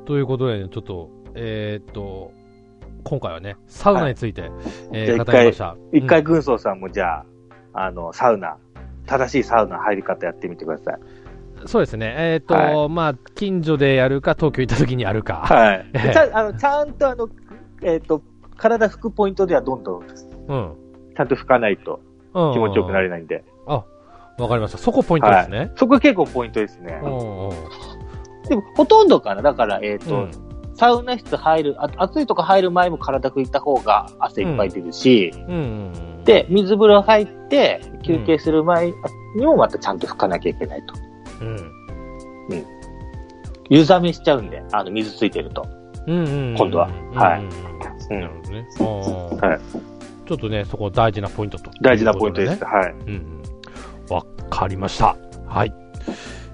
Speaker 1: ということでね、ちょっと、えーっと、今回はね、サウナについて、え
Speaker 2: じゃ
Speaker 1: ー
Speaker 2: あ
Speaker 1: 語りました。
Speaker 2: 一回
Speaker 1: うん
Speaker 2: 軍曹さんもじゃあ、あの、サウナ、正しいサウナ入り方やってみてください。
Speaker 1: そうですね。えっ、と、
Speaker 2: は
Speaker 1: まあ、近所でやるか、東京行った時にやるか。
Speaker 2: はい。
Speaker 1: ええ
Speaker 2: *laughs* ちゃんあのちゃんとあの、えっ、と、体拭くポイントではどんどん
Speaker 1: うん。
Speaker 2: ちゃんと拭かないと
Speaker 1: うん
Speaker 2: 気持ちよくなれ
Speaker 1: る。
Speaker 2: ないんで。
Speaker 1: わかりました。そこポイントですね。
Speaker 2: そこ結構ポイントですね
Speaker 1: う。んうん。
Speaker 2: でも、ほとんどかな。だから、えっ、
Speaker 1: う
Speaker 2: と、
Speaker 1: ん
Speaker 2: サウナ室入る、あ暑いとこ入る前も体拭いた方が汗いっぱい出るし、
Speaker 1: うんうん。、
Speaker 2: で、水風呂入って休憩する前にもまたちゃんと拭かなきゃいけないと。
Speaker 1: うん。
Speaker 2: 湯冷めしちゃうんで、あの、水ついてると。
Speaker 1: うんうんうん
Speaker 2: 今度は
Speaker 1: うんうん
Speaker 2: はい
Speaker 1: なるほどね。あー
Speaker 2: はい。
Speaker 1: ちょっとね、そこ大事なポイントと。
Speaker 2: 大事なポイントで
Speaker 1: とい
Speaker 2: す。
Speaker 1: うこ
Speaker 2: はい。
Speaker 1: とでね。うんうん。わかりました。はい。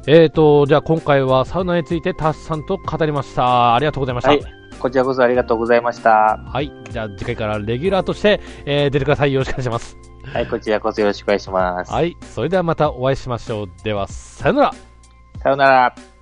Speaker 1: えーと、じゃあ今回はサウナについてタッさんと語りました。ありがとうございました。
Speaker 2: はい。こちらこそありがとうございました。
Speaker 1: はい。じゃあ次回からレギュラーとして、えー出てください。よろしくお願いします。
Speaker 2: はい、こちらこそよろしくお願いします。
Speaker 1: はい。それではまたお会いしましょう。では、さよなら。
Speaker 2: さようなら。